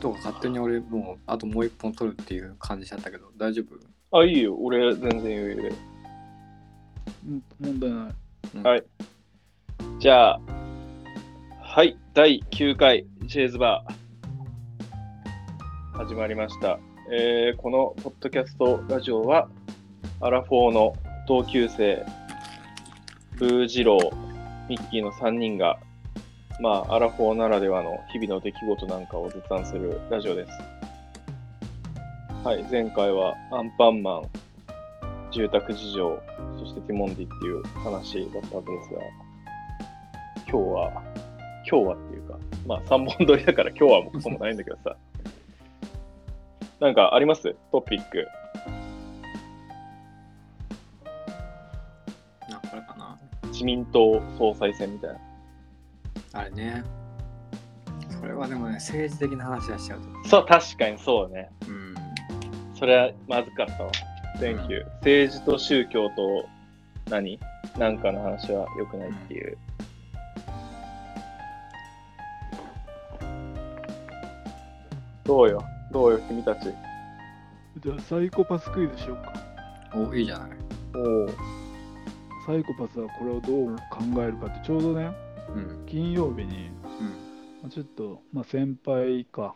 とか勝手に俺もうあともう一本取るっていう感じだったけど大丈夫、あ、いいよ。俺、全然余裕で。うん、問題ない。うんはいじゃあ、はい。第9回、ジェイズバー、始まりました。えーこのポッドキャストラジオは、アラフォーの同級生、ブージロー、ミッキーの3人が、まあ、アラフォーならではの日々の出来事なんかを絶賛するラジオです。はい、前回はアンパンマン、住宅事情、そしてティモンディっていう話だったわけですが、今日は、今日はっていうか、まあ3本撮りだから今日はもうこもないんだけどさ。なんかありますトピック。あこれかな自民党総裁選みたいな。あれねそれはでもね政治的な話はしちゃうとそう、確かにそうね。うんそれはまずかったわ。Thank you. 政治と宗教と何なんかの話は良くないっていう。どうよどうよ君たち。じゃあ、サイコパスクイズしようか。おいいじゃないおお。サイコパスはこれをどう考えるかって、ちょうどね、うん金曜日うに、んまあちょっと、まあ、先輩か。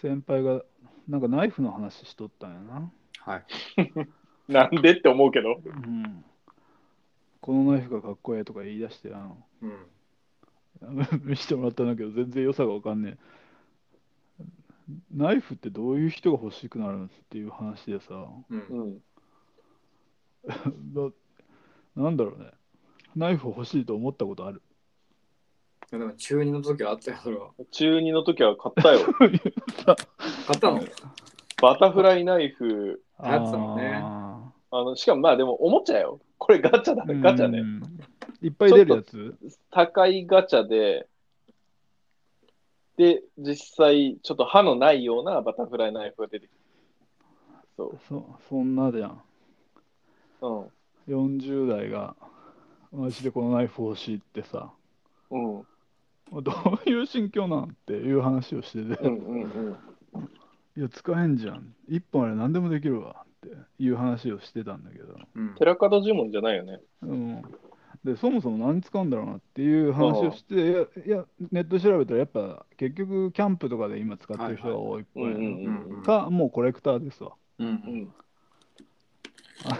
先輩が、なんかナイフの話しとったんやな。はいなんでって思うけど。うん。このナイフがかっこええとか言い出して、あの、 うん見せてもらったんだけど、全然良さがわかんねえ。ナイフってどういう人が欲しくなるんですっていう話でさ、 うんん。ななんだろうね。ナイフ欲しいと思ったことある。いやでも中二の時はあったよそれは中2の時は買ったよ。買ったのバタフライナイフ。やつもねああのしかもまあでもおもちゃよ。これガチャだーね。ガチャねう。んいっぱい出るやつ高いガチャで、で、実際、ちょっと歯のないようなバタフライナイフが出てきて。そそそんなじゃん。う。 40代が、マジでこのナイフ欲しいってさ、うん。うん。どういう心境なんっていう話をしてて、うんうんうん。いや、使えんじゃん。一本あれ何でもできるわっていう話をしてたんだけど、うん寺門呪文じゃないよね。うん、でそもそも何使うんだろうなっていう話をして、いやいやネット調べたらやっぱ結局キャンプとかで今使ってる人が多いっぽいの、うんうんかもうコレクターですわうんううんん。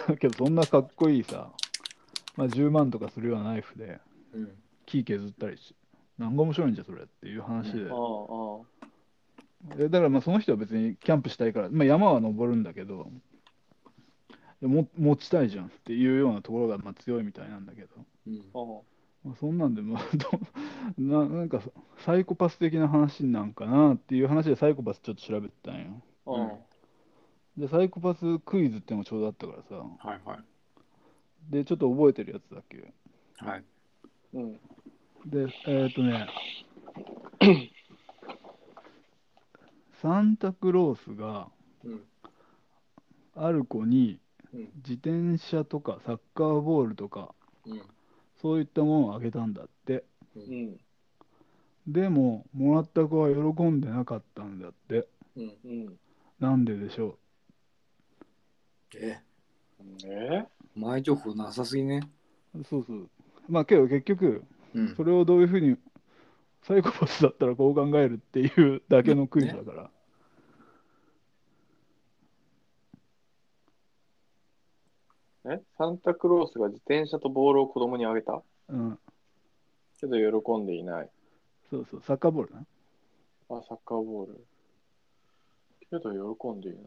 あ けどそんなかっこいいさ、まあ、10万とかするようなナイフでうん木削ったりし何が面白いんじゃそれっていう話でああ、ああ。でだからまあその人は別にキャンプしたいから、まあ、山は登るんだけどでも持ちたいじゃんっていうようなところがまあ強いみたいなんだけどうんあまあ、 そんなんでもどな、なんかサイコパス的な話なんかなっていう話でサイコパスちょっと調べてたんよ。あああで、サイコパスクイズってのがちょうどあったからさ。はいはで、ちょっと覚えてるやつだっけ。いはいうん。で、えっ、とね、 サンタクロースがうんある子にうん自転車とかサッカーボールとかうんそういったものをあげたんだって。うん。でも、もらった子は喜んでなかったんだって。うんうん。なんででしょうええ前情報なさすぎねそうそう。まあけど結局、うんそれをどういうふうに、サイコパスだったらこう考えるっていうだけのクイズだから。えサンタクロースが自転車とボールを子供にあげたうん。けど喜んでいない。そうそう、サッカーボールな。あ、サッカーボール。けど喜んでいない。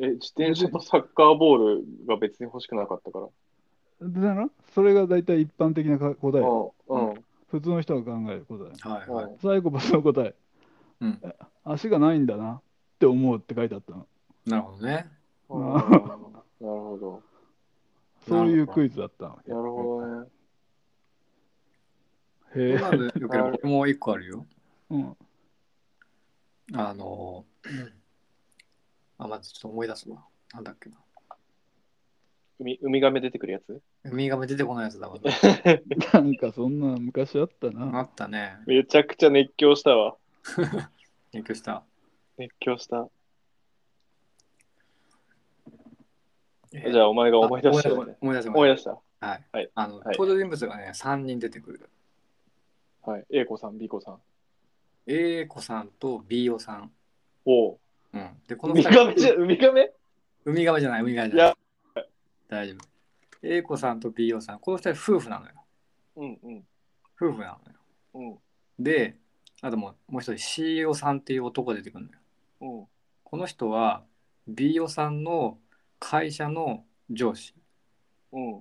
え、自転車とサッカーボールが別に欲しくなかったから。でだろそれが大体一般的なか答え。うん。うん。普通の人が考える答え。はいははいい。サイコパスの答え、うん足がないんだなって思うって書いてあったの。なるほどねあうんーなるほど。そういうクイズだったの。なるほどね。へえ。今のよければ俺もう一個あるようん。あのーあ待ってちょっと思い出すわなんだっけなウミウミガメ出てくるやつウミガメ出てこないやつだ わなんかそんな昔あったな。あったねめちゃくちゃ熱狂したわ。い熱狂した。熱狂した。じじゃあ、お前があ思い出したよね。思い出した。思い出出した。した。はい。はいあの、はい登場人物がね、3人出てくる。はい。A 子さん、B 子さん。 A 子さんと B おさん。おお。うん。で、こウのミ二ガメじゃ、ウミガメウミガメじゃない、ウミガメじゃない。大丈夫。A 子さんと B おさん、この二人夫婦なのよ。うんうん。夫婦なのよ。うんで、あともうもう一人、C おさんっていう男が出てくるのよ。うん。この人は B おさんの会社の上司うん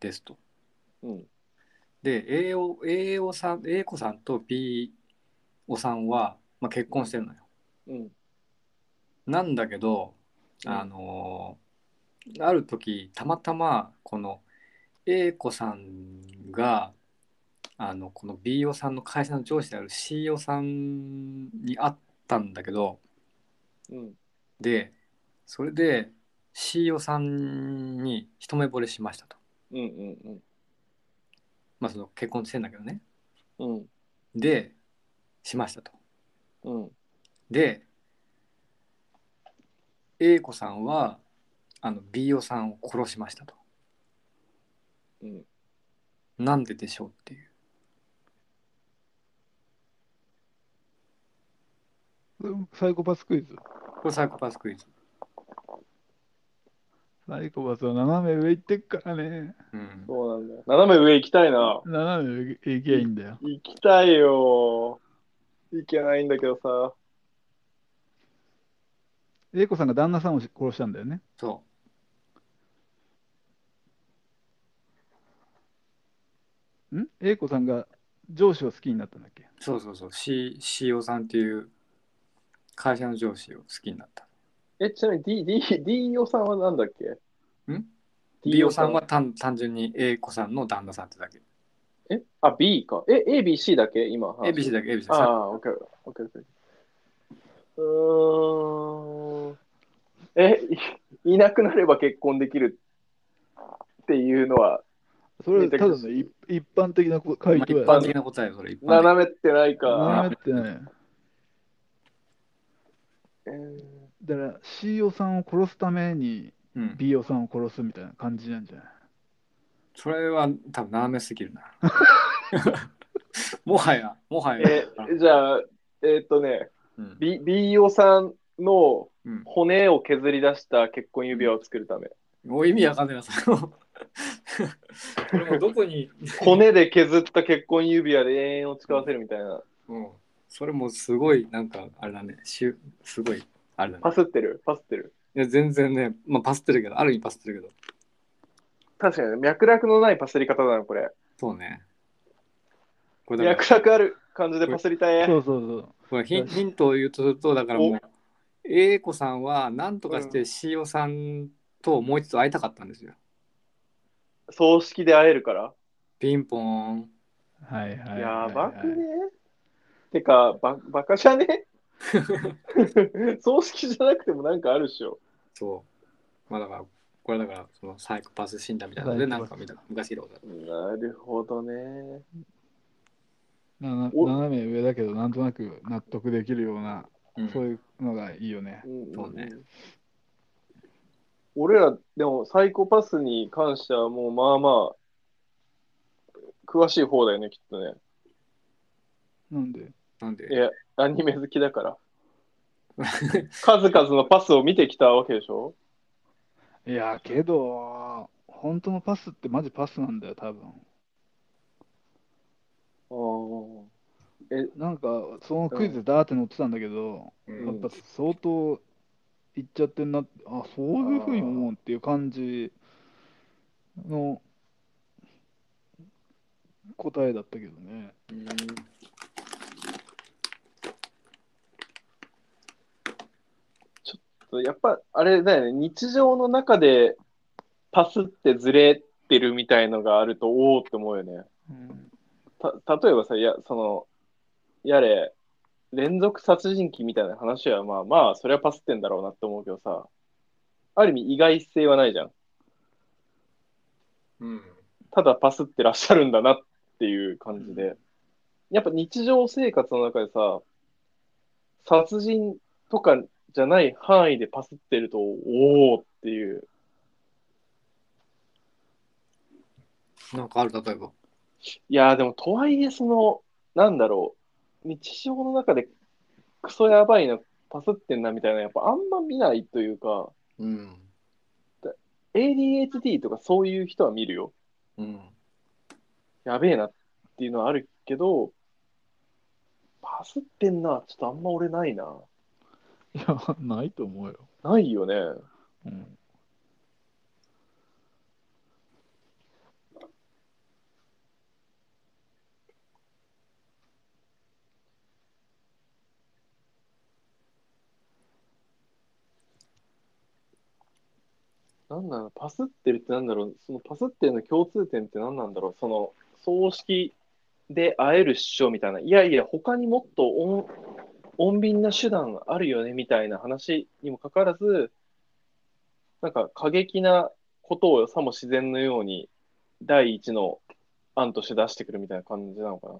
ですと。うん。で、A お A おさん、A 子さんと B おさんは、まあ、結婚してるのよ。うん。なんだけど、うんあのーある時たまたまこの A 子さんがあのこの B おさんの会社の上司である C おさんに会ったんだけどうん。でそれで C おさんに一目惚れしましたと、うんうんまあ、その結婚してんだけどねうん。うん。でしましたとうん。で A 子さんはあの B おさんを殺しましたと。うん。なんででしょうっていう。サイコパスクイズ。これサイコパスクイズ。サイコパスは斜め上行ってっからね。うん。そうなんだよ。斜め上行きたいな。斜め上行けばいいんだよ。行きたいよ。行けないんだけどさ。英子さんが旦那さんを殺したんだよね。そん英子さんが上司を好きになったんだっけうそうそうそう。C、C おさんっていう会社の上司を好きになった。え、ちなみに D、D、D おさんはなんだっけん B おさんは単単純に A 子さんの旦那さんってだけ。えあ、B か。え、A、B、C だけ今。 A、B、C だけ A、B、C あだあ、OK、OK、OK。うーん。え、いい なくなれば結婚できるっていうのは、それ出てたくだるの一一般的なこけ。回まあ答一や。般的な答えよ、それ。一般的斜めってないか。斜めってね。えだから C おさんを殺すためにうん。 B おさんを殺すみたいな感じなんじゃないそれは多分斜めすぎ るな。もはや、もはーや。えじゃあ、えーっとね、うん、 B、B おさんのうん。骨を削り出した結婚指輪を作るため。もう意味わかんないな、その。これもどこに。骨で削った結婚指輪で永遠を使わせるみたいな。うん、それもすごいなんかあれだねしゅすごいあれだねパスってるパスってる。いや全然ね、まあ、パスってるけどある意味パスってるけど確かにね、脈絡のないパスり方だな、これ。そうねこれだか脈絡ある感じでパスりたい。そうそうそう。らこれヒンヒントを言うとするとだからもう A 子さんは何とかしうて C おさんともう一度会いたかったんですよ、葬式で会えるから。ピンポーンはいはいはい、やはい。ばくね、てか、ば、バカじゃ ね葬式じゃなくてもなんかあるっしょ。そうまあだからこれだからそのサイコパス診断みたいなのでサなイコんかパス見た昔のことだなるほどね。なお斜め上だけど、なんとなく納得できるような、うんそういうのがいいよねう。んんんそうね俺ら、でもサイコパスに関してはもうまあまあ、詳しい方だよね、きっとね。なんで、なんでいや、アニメ好きだ から。数々のパスを見てきたわけでしょいや、けど、本当のパスってマジパスなんだよ、多分あなんか、そのクイズダーって載ってたんだけど、うんやっぱ相当いっちゃってんなって、あ、そういうふうに思うっていう感じの答えだったけどね。うんあ。やっぱ、あれだよね、日常の中でパスってずれてるみたいのがあると、おおって思うよね。うん、た、例えばさ、いや、その、やれ、連続殺人鬼みたいな話は、まあまあ、それはパスってんだろうなって思うけどさ、ある意味意外性はないじゃん。うんただパスってらっしゃるんだなっていう感じで、やっぱ日常生活の中でさ、殺人とかじゃない範囲でパスってると、おおっていう。なんかある、例えば。いやーでもとはいえそのなんだろう日常の中でクソやばいなパスってんなみたいなやっぱあんま見ないというかうん。 ADHD とかそういう人は見るようん。やべえなっていうのはあるけどパスってんなちょっとあんま俺ないないや、ないと思うよ。ないよねうん、なんなのパスってるってなんだろうそのパスってるの共通点って何なんだろうその葬式で会えるっしょみたいないやいや他にもっと穏穏便な手段あるよねみたいな話にもかかわらずなんか過激なことをさも自然のように第一の案として出してくるみたいな感じなのかな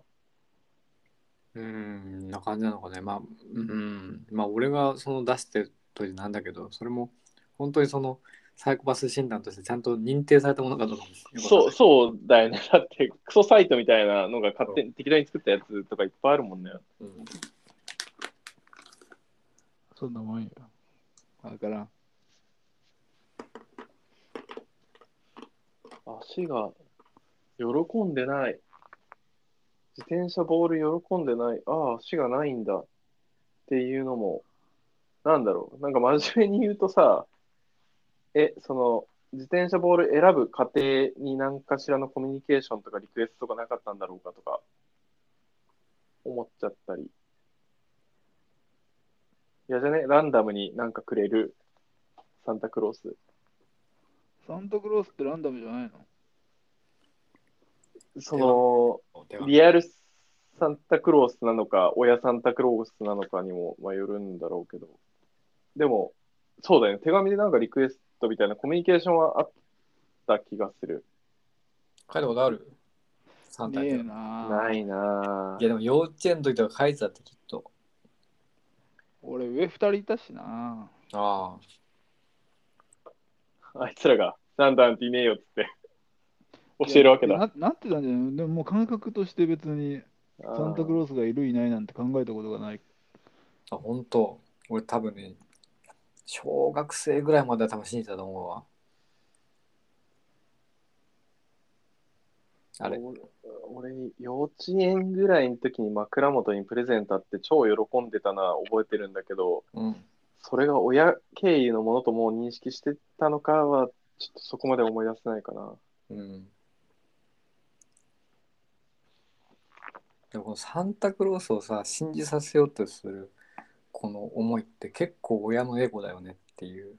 うん、な感じなのかね。まあ、うん。まあ、俺がその出してるときなんだけど、それも本当にそのサイコパス診断としてちゃんと認定されたものかどうかもよくわかんない。そうそうだよねだってクソサイトみたいなのが勝手に適当に作ったやつとかいっぱいあるもんねうん。そんなもんよ。だからん、足が喜んでない。自転車ボール喜んでない。ああ、足がないんだ。っていうのも、なんだろう。なんか真面目に言うとさ、え、その、自転車ボール選ぶ過程に何かしらのコミュニケーションとかリクエストがなかったんだろうかとか、思っちゃったり。いやじゃね、ランダムになんかくれるサンタクロース。サンタクロースってランダムじゃないのその、ではリアルサンタクロースなのか、親サンタクロースなのかにもまあよるんだろうけど、でも、そうだよね、手紙でなんかリクエストみたいなコミュニケーションはあった気がする。書いたことあるサンタねにえなあないなぁいやでも幼稚園の時とか書いてたってきっと。俺上二人いたしなああ。あいつらが、なんだなんていねえよっつって、教えるわけだ。ななってたんじゃないでももう感覚として別にサンタクローースがいるいないなんて考えたことがないあ、本当。俺多分ね、小学生ぐらいまでは多分信じてたと思うわ。あれ、俺、幼稚園ぐらいの時に枕元にプレゼントあって超喜んでたのは覚えてるんだけど、うん。それが親経由のものともう認識してたのかは、ちょっとそこまで思い出せないかな。うん。でもこのサンタクロースをさ、信じさせようとするこの思いって結構親のエゴだよねっていう。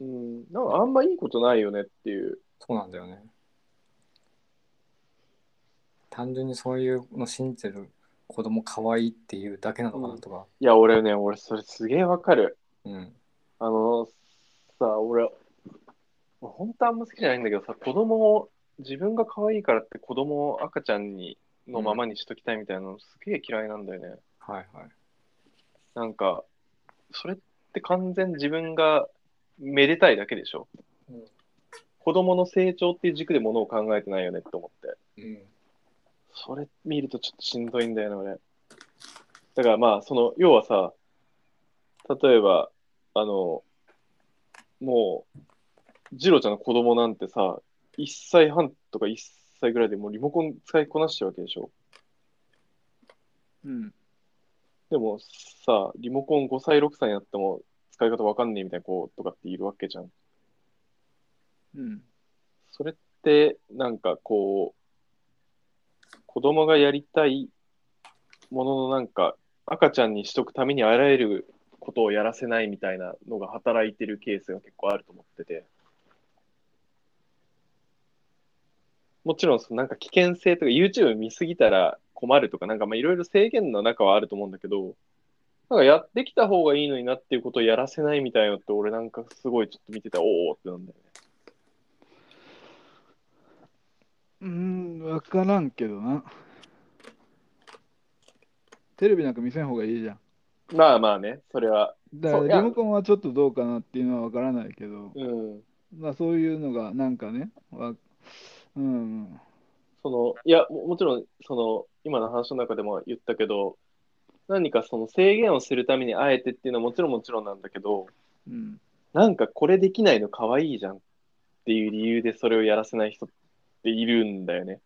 うん、なんかあんまいいことないよねっていう。そうなんだよね。単純にそういうの信じてる子供可愛いっていうだけなのかなとか。いや、俺ね、俺それすげえわかる。うん。あの、さ、俺、本当あんま好きじゃないんだけどさ、子供を、自分が可愛いからって子供を赤ちゃんにのままにしときたいみたいなのすげえ嫌いなんだよね。はいはい。なんか、それって完全自分がめでたいだけでしょ。うん子供の成長っていう軸でものを考えてないよねって思って。うん。それ見るとちょっとしんどいんだよね、俺。だからまあ、その、要はさ、例えば、あの、もう、ジロちゃんの子供なんてさ、1歳半とか1歳ぐらいでもうリモコン使いこなしてるわけでしょ。うんでもさ、リモコン5歳、6歳になっても使い方わかんねえみたいな子とかっているわけじゃん。うんそれって、なんかこう、子供がやりたいもののなんか、赤ちゃんにしとくためにあらゆることをやらせないみたいなのが働いてるケースが結構あると思ってて。もちろん、そのなんか危険性とか、YouTube 見すぎたら困るとか、なんかまあいろいろ制限の中はあると思うんだけど、なんかやってきた方がいいのになっていうことをやらせないみたいなのって、俺なんかすごいちょっと見てた、おおってなんだよね。うん分からんけどなテレビなんか見せん方がいいじゃんまあまあね、それは。だそういからやリモコンはちょっとどうかなっていうのは分からないけど、うん。まあ、そういうのがなんかね、わうん、その、いや、ももちろん、その、今の話の中でも言ったけど、何かその制限をするためにあえてっていうのはもちろんもちろんなんだけど、うん、なんかこれできないの可愛いじゃんっていう理由でそれをやらせない人っているんだよね。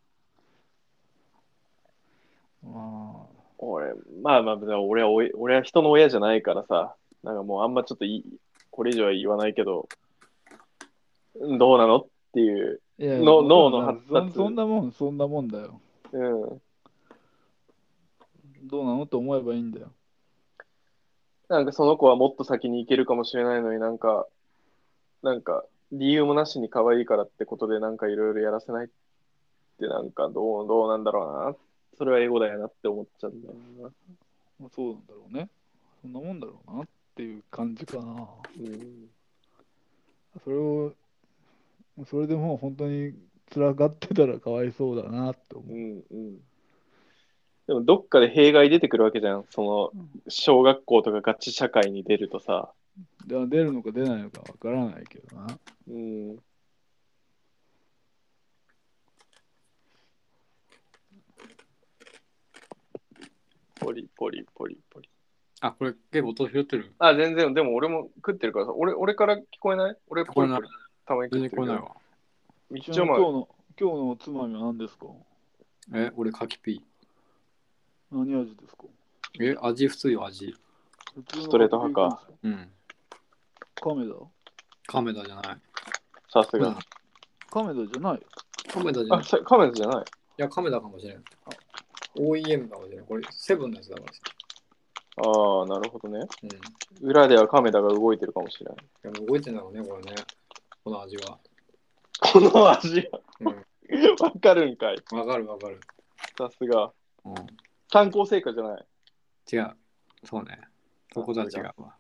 まあ、俺、まあまあ、俺はおい、俺は人の親じゃないからさ、なんかもうあんまちょっといい、これ以上は言わないけど、うんどうなのっていう、いやの脳のそんな発達そんなもん、そんなもんだよ。うん。どうなのと思えばいいんだよ。なんかその子はもっと先に行けるかもしれないのになんか、なんか理由もなしに可愛いからってことでなんかいろいろやらせないってなんかどう、どうなんだろうな。それはエゴだよなって思っちゃうんだよな。まあ、そうなんだろうね。そんなもんだろうなっていう感じかな。うん。それを、それでもう本当に辛がってたらかわいそうだなってう思う。んうん。でもどっかで弊害出てくるわけじゃん。その、小学校とかガチ社会に出るとさ。では出るのか出ないのかわからないけどな。うん。ポリポリポリポリ。あ、これ結構音拾ってる。あ、全然、でも俺も食ってるからさ、俺俺から聞こえない俺、聞こえないポリポリたまに食全然って来るけないど。わ。一ちな応みまあに今日の、今日のおつまみは何ですかえ、俺、カキピ何味ですかー。え、味普通よ、味。普通のストレート派かうん。カメダ亀田じゃない。さすが。カメダじゃない亀田じゃなあ、い。いさカメラじゃない。や、亀田かもしれない。OEM かもしれない。これ、セブンのやつだからさ。ああ、なるほどね。うん。い裏ではカメラが動いてるかもしれない。や、もう動いてんだろうね、これね。この味は。この味はうん。わかるんかい。わかるわかる。さすが。うん。参考成果じゃない。違う。そうね。そことは違うわ。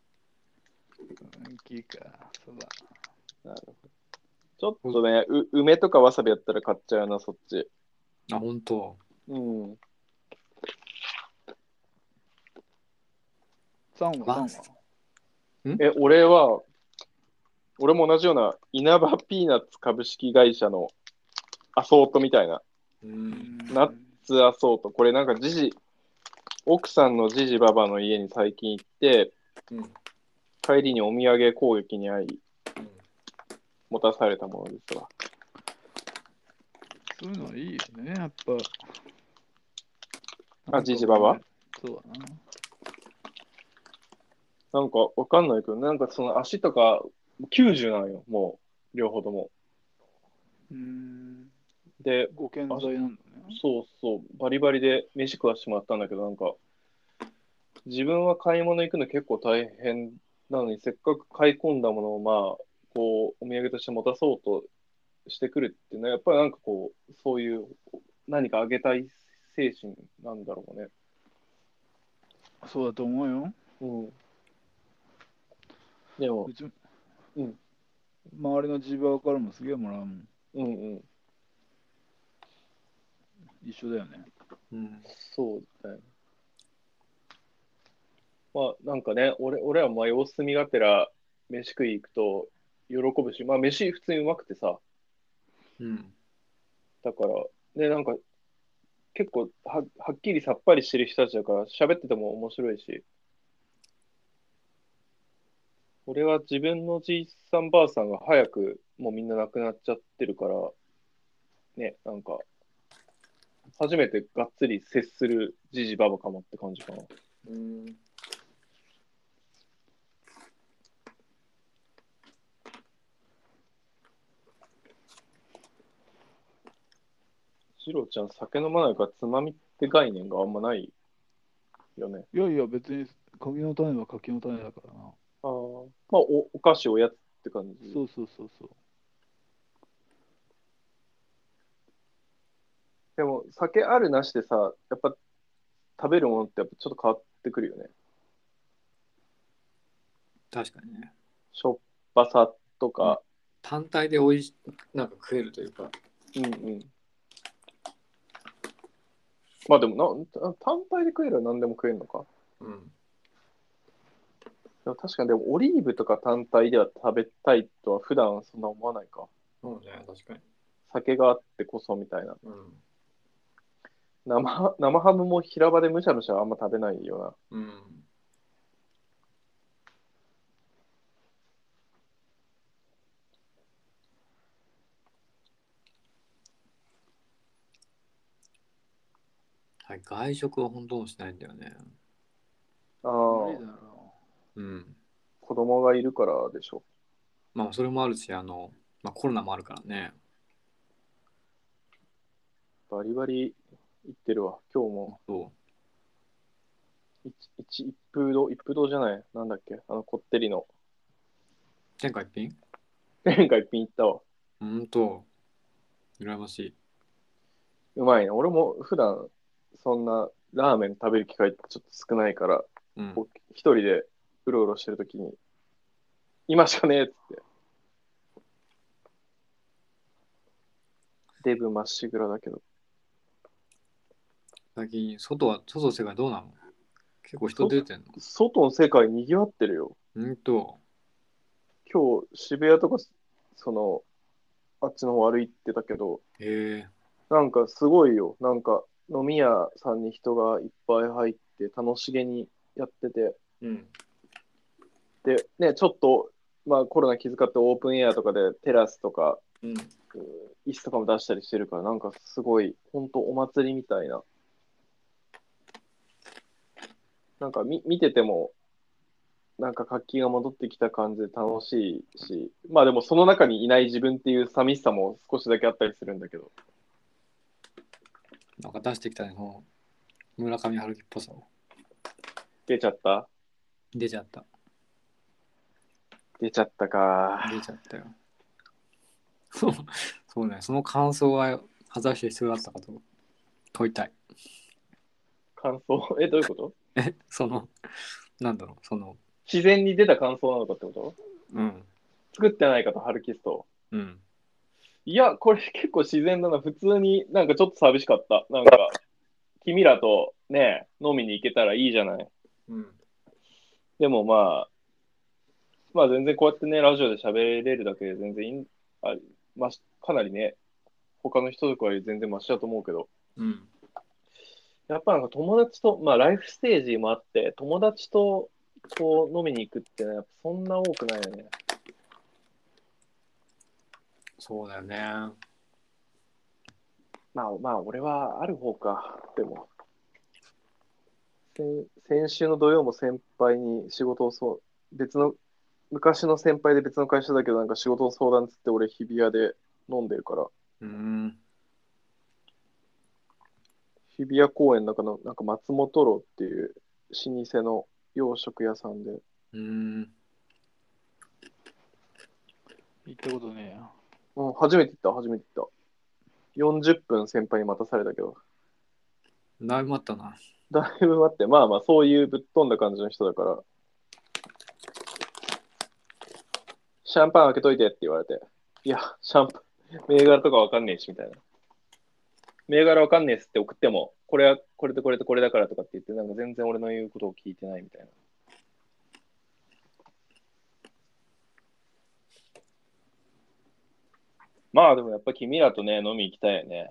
キーか。そうだ。なるほど。ちょっとね、う梅とかわさびやったら買っちゃうな、そっち。あ、本当。うん。サンはわサンはえ、俺は、俺も同じような、稲葉ピーナッツ株式会社のアソートみたいな。う。うんんナッツアソート。これなんかじじ、奥さんのじじばばの家に最近行って、うん。帰りにお土産攻撃に遭い、持たされたものですわ。そういうのはいいよね、やっぱ。あジジババそうだな。なんかわかんないけど、なんかその足とか90なんよ、もう、両方とも。うーん。で、ご健在なんだね。そうそう、バリバリで飯食わしてもらったんだけど、なんか、自分は買い物行くの結構大変なのに、せっかく買い込んだものを、まあ、こう、お土産として持たそうとしてくるっていうのは、やっぱりなんかこう、そういう、何かあげたい精神なんだろうね。そうだと思うよ。うん。でもう、ち、うん。周りのジババからもすげえもらうもん。うんうん、一緒だよね。うん。そうだね。まあ、なんかね、俺俺はまあ様子見がてら、飯食い行くと喜ぶし、まあ、飯普通にうまくてさ、うん。だから、で、なんか、結構は、はっきりさっぱりしてる人たちだから、喋ってても面白いし。俺は自分のじいさんばあさんが早く、もうみんな亡くなっちゃってるから、ね、なんか、初めてがっつり接するじじばばかもって感じかな。うん。ジローちゃん、酒飲まないからつまみって概念があんまないよね。いやいや、別に柿の種は柿の種だからな。ああ。まあ、おお菓子、おやつって感じ。そうそうそうそう。でも、酒あるなしでさ、やっぱ食べるものってやっぱちょっと変わってくるよね。確かにね。しょっぱさとか。単体でおいし、なんか食えるというか。うんうん。まあでもな、単体で食えるは何でも食えるのか。うん。でも確かに、でもオリーブとか単体では食べたいとは普段そんな思わないか。そうね、確かに。酒があってこそみたいな。うん。生生ハムも平場でむしゃむしゃあんま食べないようん。はい、外食は本当にしないんだよね。うな。ああ、無理だろうん。子供がいるからでしょ。まあ、それもあるし、あの、まあ、コロナもあるからね。バリバリ行ってるわ。今日もそ一一一風堂、一風堂じゃない。なんだっけあの、こってりの。 う。天下一品天下一品行ったわ。うんと、羨ましい。うまいね。俺も普段そんなラーメン食べる機会ってちょっと少ないから、うん。こう一人でうろうろしてるときに、今しかねえっつって。デブまっしぐらだけど。最近、外は、外の世界どうなの結構人出てんの外の世界にぎわってるよ。うんと、今日渋谷とか、その、あっちの方歩いてたけど、へえなんかすごいよ。なんか飲み屋さんに人がいっぱい入って楽しげにやってて。うん。で、ね、ちょっと、まあコロナ気遣ってオープンエアとかでテラスとかうん。椅子とかも出したりしてるから、なんかすごい、ほんとお祭りみたいな。なんかみ見てても、なんか活気が戻ってきた感じで楽しいし、まあでもその中にいない自分っていう寂しさも少しだけあったりするんだけど、なんか出してきたね、その、村上春樹っぽさを。出ちゃった出ちゃった。出ちゃったか。出ちゃったよ。 そうそうね、その感想は果たして必要だったかと問いたい。感想、 え、どういうことえ、その、なんだろう、その、自然に出た感想なのかってことうん、作ってないかと、ハルキスト。うん。いや、これ 結構自然だな。普通になんかちょっと寂しかった。なんか、君らとね、飲みに行けたらいいじゃない。うん、でもまあ、まあ全然こうやってね、ラジオで喋れるだけで全然いいんあ、まし、かなりね、他の人とかより全然マシだと思うけど、うん、やっぱなんか友達と、まあライフステージもあって、友達とこう飲みに行くってね、やっぱそんな多くないよね。そうだよね。まあまあ、俺はある方か。でも、先先週の土曜も先輩に仕事をそう、別の、昔の先輩で別の会社だけど、なんか仕事の相談つって俺日比谷で飲んでるから、うん、日比谷公園の中のなんか松本楼っていう老舗の洋食屋さんで、うん、う。行ったことねえや。うん、初めて行った、初めて行った。40分先輩に待たされたけど、だいぶ待ったな。だいぶ待って、まあまあ、そういうぶっ飛んだ感じの人だから、シャンパン開けといてって言われて、いや、シャンパン、銘柄とかわかんねえし、みたいな。銘柄わかんねえっすって送っても、これは、これとこれとこれだからとかって言って、なんか全然俺の言うことを聞いてないみたいな。まあでもやっぱ君らとね、飲み行きたいよね。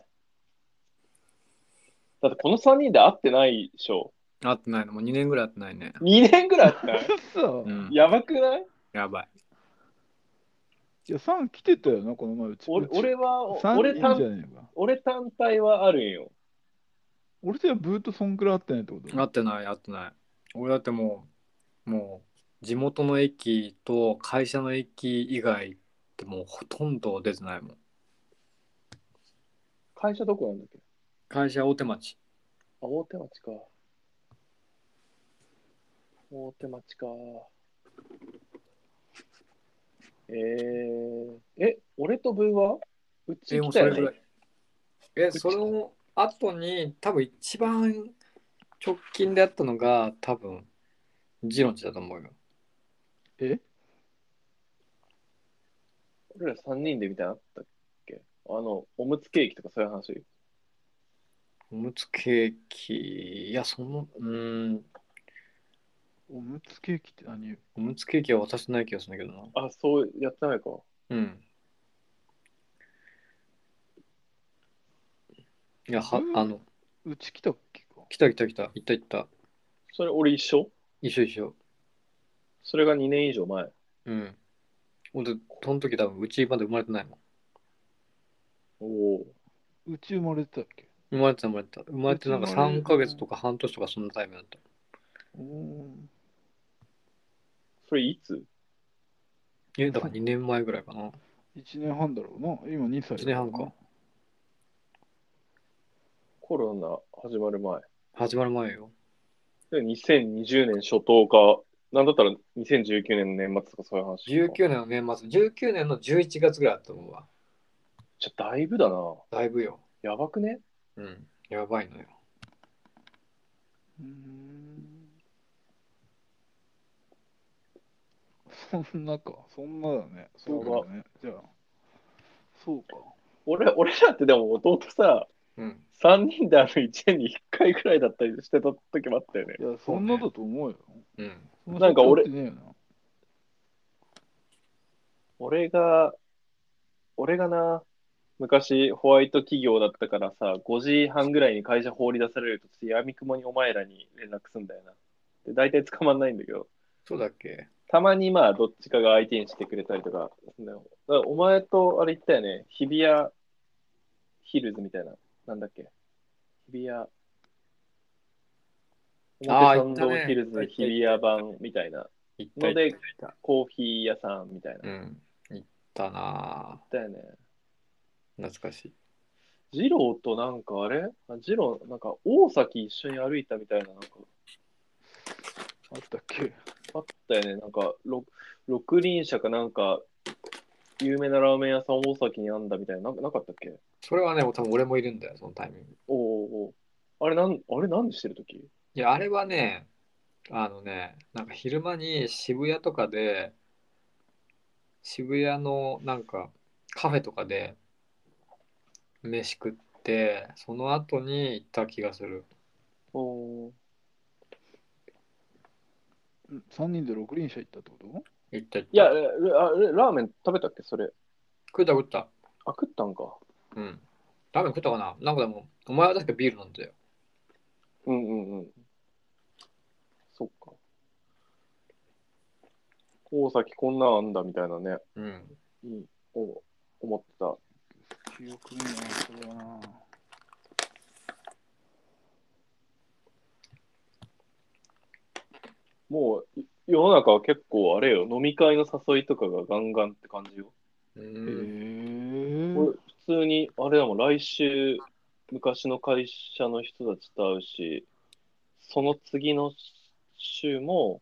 だってこの3人で会ってないでしょ。会ってないの、もう2年ぐらい会ってないね。 2年ぐらい会ってない 嘘うん、やばくないやばい。いや、さん来てたよな、この前うち。俺俺は、三俺人じゃ単ねえか。俺単体はあるんよ。俺とはブートそんくらいあってないってこと会ってない、会ってない。俺だってもう、もう、地元の駅と会社の駅以外ってもうほとんど出てないもん。会社どこなんだっけあ、会社大手町。大手町か。大手町か。えー、え、俺とブーはうちでも来そたれよぐらねい。。え、その後に多分一番直近であったのが多分ジロンチだと思うよ。え俺ら3人でみたいなのあったっけあの、おむつケーキとかそういう話。おむつケーキ、いや、その、うーん、おムツケーキって何よおむつケーキは渡してない気がするんだけどな。あ、そうやってないか。うん。いや、はう、んあの、うち来たっけか。来た来た来た、行った行った。それ俺一緒一緒一緒。それが2年以上前。うん。俺、その時多分、うちまだ生まれてないもん。おおうち生まれてたっけ生まれてた生まれてた。生まれてなんかうち生まれ3ヶ月とか半年とかそんなタイムだった。うーん。それいつえ、だから2年前ぐらいかな。 1年半だろうな。今2歳。 1年半か。。コロナ始まる前。始まる前よ。で2020年初頭か、なんだったら2019年の年末とかそういう話。 19年の年末、19年の11月ぐらいだと思うわ。じゃ、だいぶだな。だいぶよ。やばくねうん。やばいのよ。うーん。そんなか。そんなだね。そうだね。じゃあ。そうか。俺、俺らってでも弟さ、うん。 3人であの1年に1回くらいだったりしてた時もあったよね。いや、そんなだと思うよ。うん。そのなんか俺社長ってねえよな俺が、俺がな、昔ホワイト企業だったからさ、5時半ぐらいに会社放り出されると、やみくもにお前らに連絡すんだよな。で、大体捕まんないんだけど、そうだっけたまにまあ、どっちかが相手にしてくれたりとか、すんだよだからお前とあれ言ったよね、日比谷ヒルズみたいな、なんだっけ、日比谷、あー表参道ヒルズ行ったね日比谷版みたいな、行ったの行でった行った。コーヒー屋さんみたいな。うだん。行ったなよね。ぁ懐かしい。ジローとなんかあれあジロー、なんか大崎一緒に歩いたみたいな、なんかあったっけあったよね。なんか、ろ六輪車かなんか、有名なラーメン屋さん大崎にあんだみたいな、なんかなかったっけそれはね、多分俺もいるんだよ、そのタイミング。おうおうおうあれなん、あれ何してるときいや、あれはね、あのね、なんか昼間に渋谷とかで、渋谷のなんかカフェとかで飯食って、その後に行った気がする。おおううん ?3 人で6輪車行ったってこと行った行った。いや、えラあれラーメン食べたっけそれ。食った食った。あ、食ったんか。うん。ラーメン食ったかななんかでも、お前は確かビール飲んだよ。うんうんうん。そっか。大崎こんなんあんだみたいなね、うん。いいお思ってた。記憶にないそれはな。もうい世の中は結構あれよ、飲み会の誘いとかがガンガンって感じよ。うへん。え。俺、普通に、あれだもん、来週、昔の会社の人たちと会うし、その次の週も、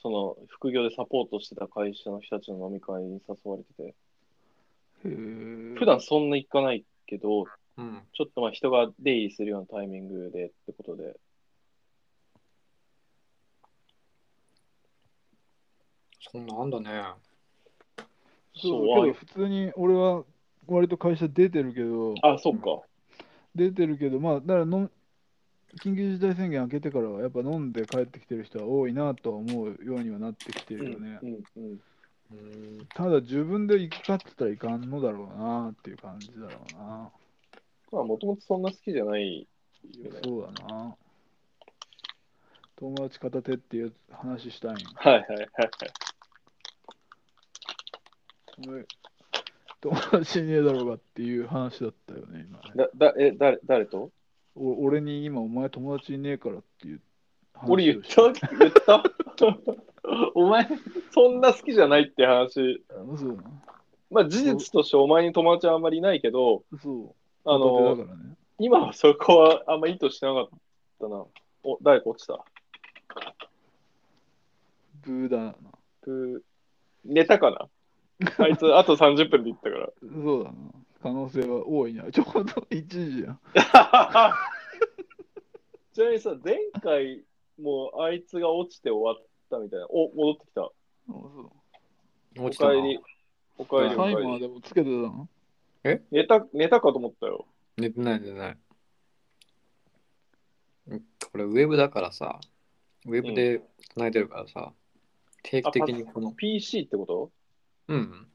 その副業でサポートしてた会社の人たちの飲み会に誘われてて、普普段そんな行かないけど、うん。ちょっとまあ人が出入りするようなタイミングでってことで、そんなんあんだね。そうそうけど普通に俺は割と会社出てるけどあ、そっか。出てるけどまあだからの緊急事態宣言明けてからはやっぱ飲んで帰ってきてる人は多いなとは思うようにはなってきてうんるよね、うんうん。うん。ただ自分で行くかって言ったらいかんのだろうなっていう感じだろうなまあ、もともとそんな好きじゃないよね。そうだな友達片手っていう話したいんよはいはいはいはい。俺友達いねえだろうがっていう話だったよね今ねだ、だ、え、誰、誰とお俺に今お前友達いねえからっていう話俺言をっしたた言った お前、そんな好きじゃないって話。そうなまあ事実としてお前に友達はあんまりいないけど、そうあの片手、だからね今はそこはあんま意図してなかったな。お、誰か落ちた。ブーだなぷー寝たかなあいつ、あと30分で行ったかそうだな可能性は大いなちょうど1時やんら。 ちなみにさ、前回もうあいつが落ちて終わったみたいな。お、戻ってきた。あそお落ちたかなえり。おかえうり、おタイかえマーり。でもつけてたの寝た、寝たかと思ったよ。寝てない寝てない。うんこれウェブだからさ、ウェブで繋いでるからさ、定期的にこの、 PC ってことうん、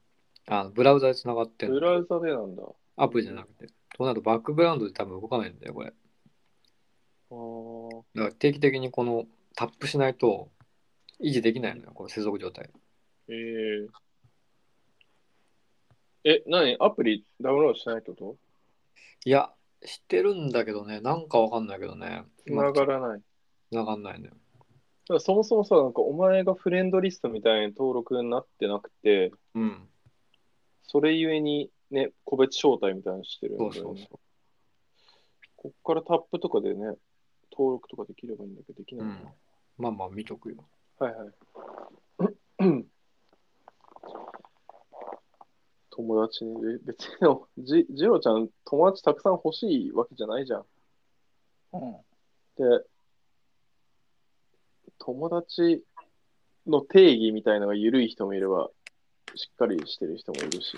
あのブラウザで繋がってんのブラウザでなんだ。アプリじゃなくて、そうなるとバックグラウンドで多分動かないんだよ、これ。あーだから定期的にこのタップしないと維持できないのよ、この接続状態。ええ。え、何アプリダウンロードしてないってこいや、知ってるんだけどね、なんかわかんないけどね。と繋がらない。繋がんないのよ。だからそもそもさ、なんかお前がフレンドリストみたいに登録になってなくて、うん。それゆえにね、個別招待みたいにしてるんだそようねそうそこっからタップとかでね、登録とかできればいいんだけど、できう。なう。いなんまあまあ見とくよ。はいはい。友達ね、え別にでもじ、ジロちゃん、友達たくさん欲しいわけじゃないじゃん。うんで、友達の定義みたいのが緩い人もいれば、しっかりしてる人もいるし。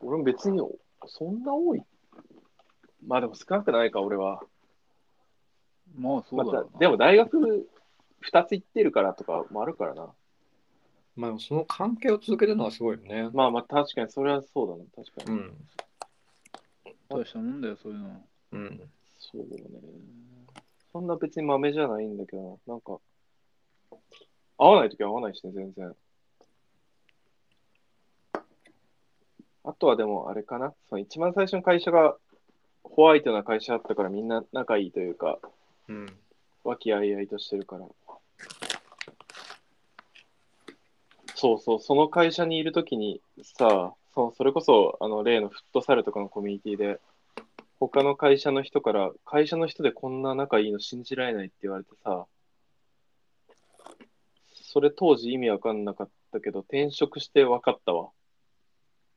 俺も別にそんな多い。まあでも少なくないか、俺は。まあそうまだろたうな、でも大学2つ行ってるからとかもあるからな。まあでもその関係を続けてるのはすごいよね。まあまあ確かにそれはそうだな、確かに。うん。大したもんだよ、そういうの。うん。そうね。そんな別に豆じゃないんだけどな、なんか、合わないときは合わないしね、全然。あとはでも、あれかな、その一番最初の会社がホワイトな会社だったから、みんな仲いいというか、うん。和気あいあいとしてるから。そうそう、その会社にいるときにさ、そそれこそあの例のフットサルとかのコミュニティで、他の会社の人から、会社の人でこんな仲いいの信じられないって言われてさ、それ当時意味わかんなかったけど、転職してわかったわ。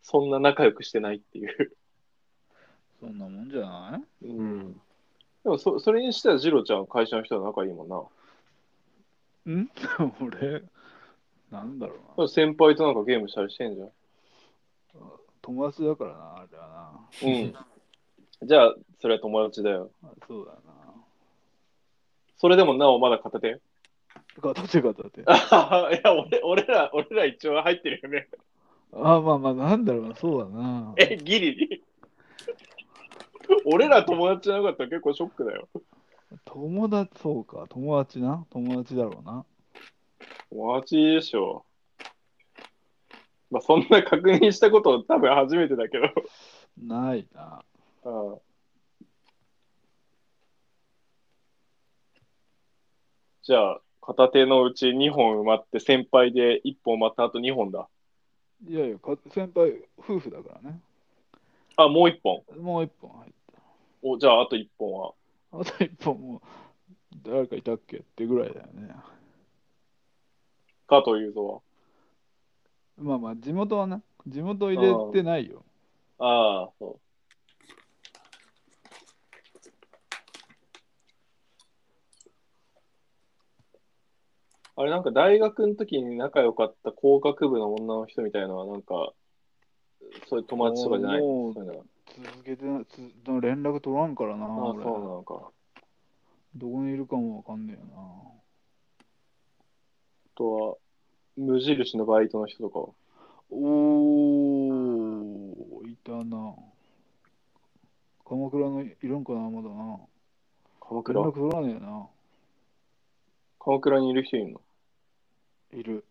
そんな仲良くしてないっていう。 そんなもんじゃないうん。でもそ、それにしては、ジロちゃん、会社の人は仲いいもんな。ん俺、なんだろうな。先輩となんかゲームしたりしてんじゃん。友達だからな、あれはうん。じゃあ、それは友達だよ。な。あそうだな。それでもなおまだ片手 い片手片手。あや俺、俺ら、俺ら一応入ってるよね。あ、まあまあ、なんだろうな、そうだな。え、ギリ。 俺ら友達じゃなかったら結構ショックだよ。友達、そうか、友達な。友達だろうな。友達でしょ。まあ、そんな確認したこと多分初めてだけ ど。ないな。ああじゃあ、片手のうち2本埋まって、先輩で1本埋まった後2本だ。いやいや、か先輩、夫婦だからね。あ、もう1本。もう一本入った。お、じゃあ、あと1本は。あと一本もう、誰かいたっけってぐらいだよね。加藤雄三は。まあまあ、地元はね、地元入れてないよ。ああ、そう。あれ、なんか大学の時に仲良かった工学部の女の人みたいのは、なんか、そういう友達とかじゃないおーそういうのは続けてな、つ連絡取らんからな、ああ、俺そうなのか。どこにいるかもわかんねえよな。あとは、無印のバイトの人とかは。おー、いたな。鎌倉のいるんかな、まだな。鎌連絡倉取らねえな。鎌倉にいる人いるのいる。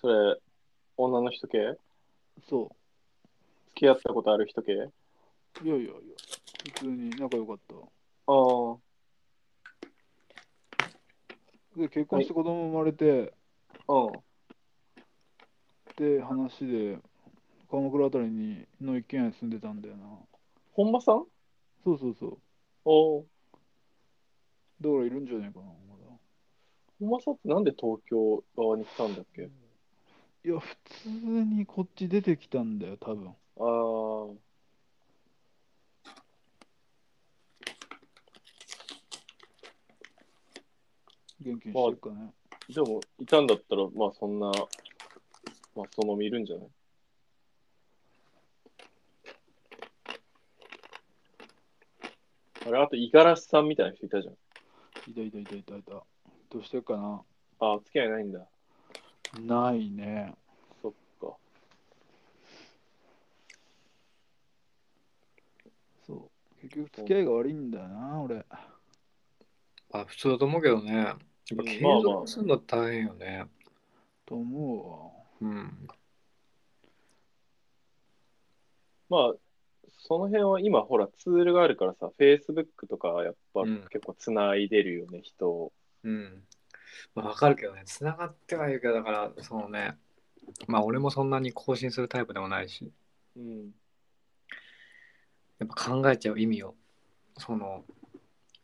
それ、女の人系付そき合ったことある人系う。いやいやいや、普通に仲良かった。ああ、で、結婚して子供生まれて、うん。って話で、鎌倉あたりにの一軒家に住んでたんだよな。本間さんそうそうそう。おお。だからいるんじゃないかな、まだ。本間さんってなんで東京側に来たんだっけいや、普通にこっち出てきたんだよ、多分。ああ。元気にしてるかね。でも、いたんだったら、まあそんな、マスオも見るんじゃないあれ、あと、五十嵐さんみたいな人いたじゃん。いたいたいたいたいた。どうしてるかなああ、付き合いないんだ。ないね。そっか。そう。結局付き合いが悪いんだよな、俺。あ普通だと思うけどね。やっぱ継続するの大変よね。と思うん。まあ、その辺は今、ほら、ツールがあるからさ、Facebook とか、やっぱうん結構つないでるよね、人を。うん。まあ、わかるけどね、つながってはいるけど、だから、そのね、まあ、俺もそんなに更新するタイプでもないし、うん。やっぱ考えちゃう意味を、その、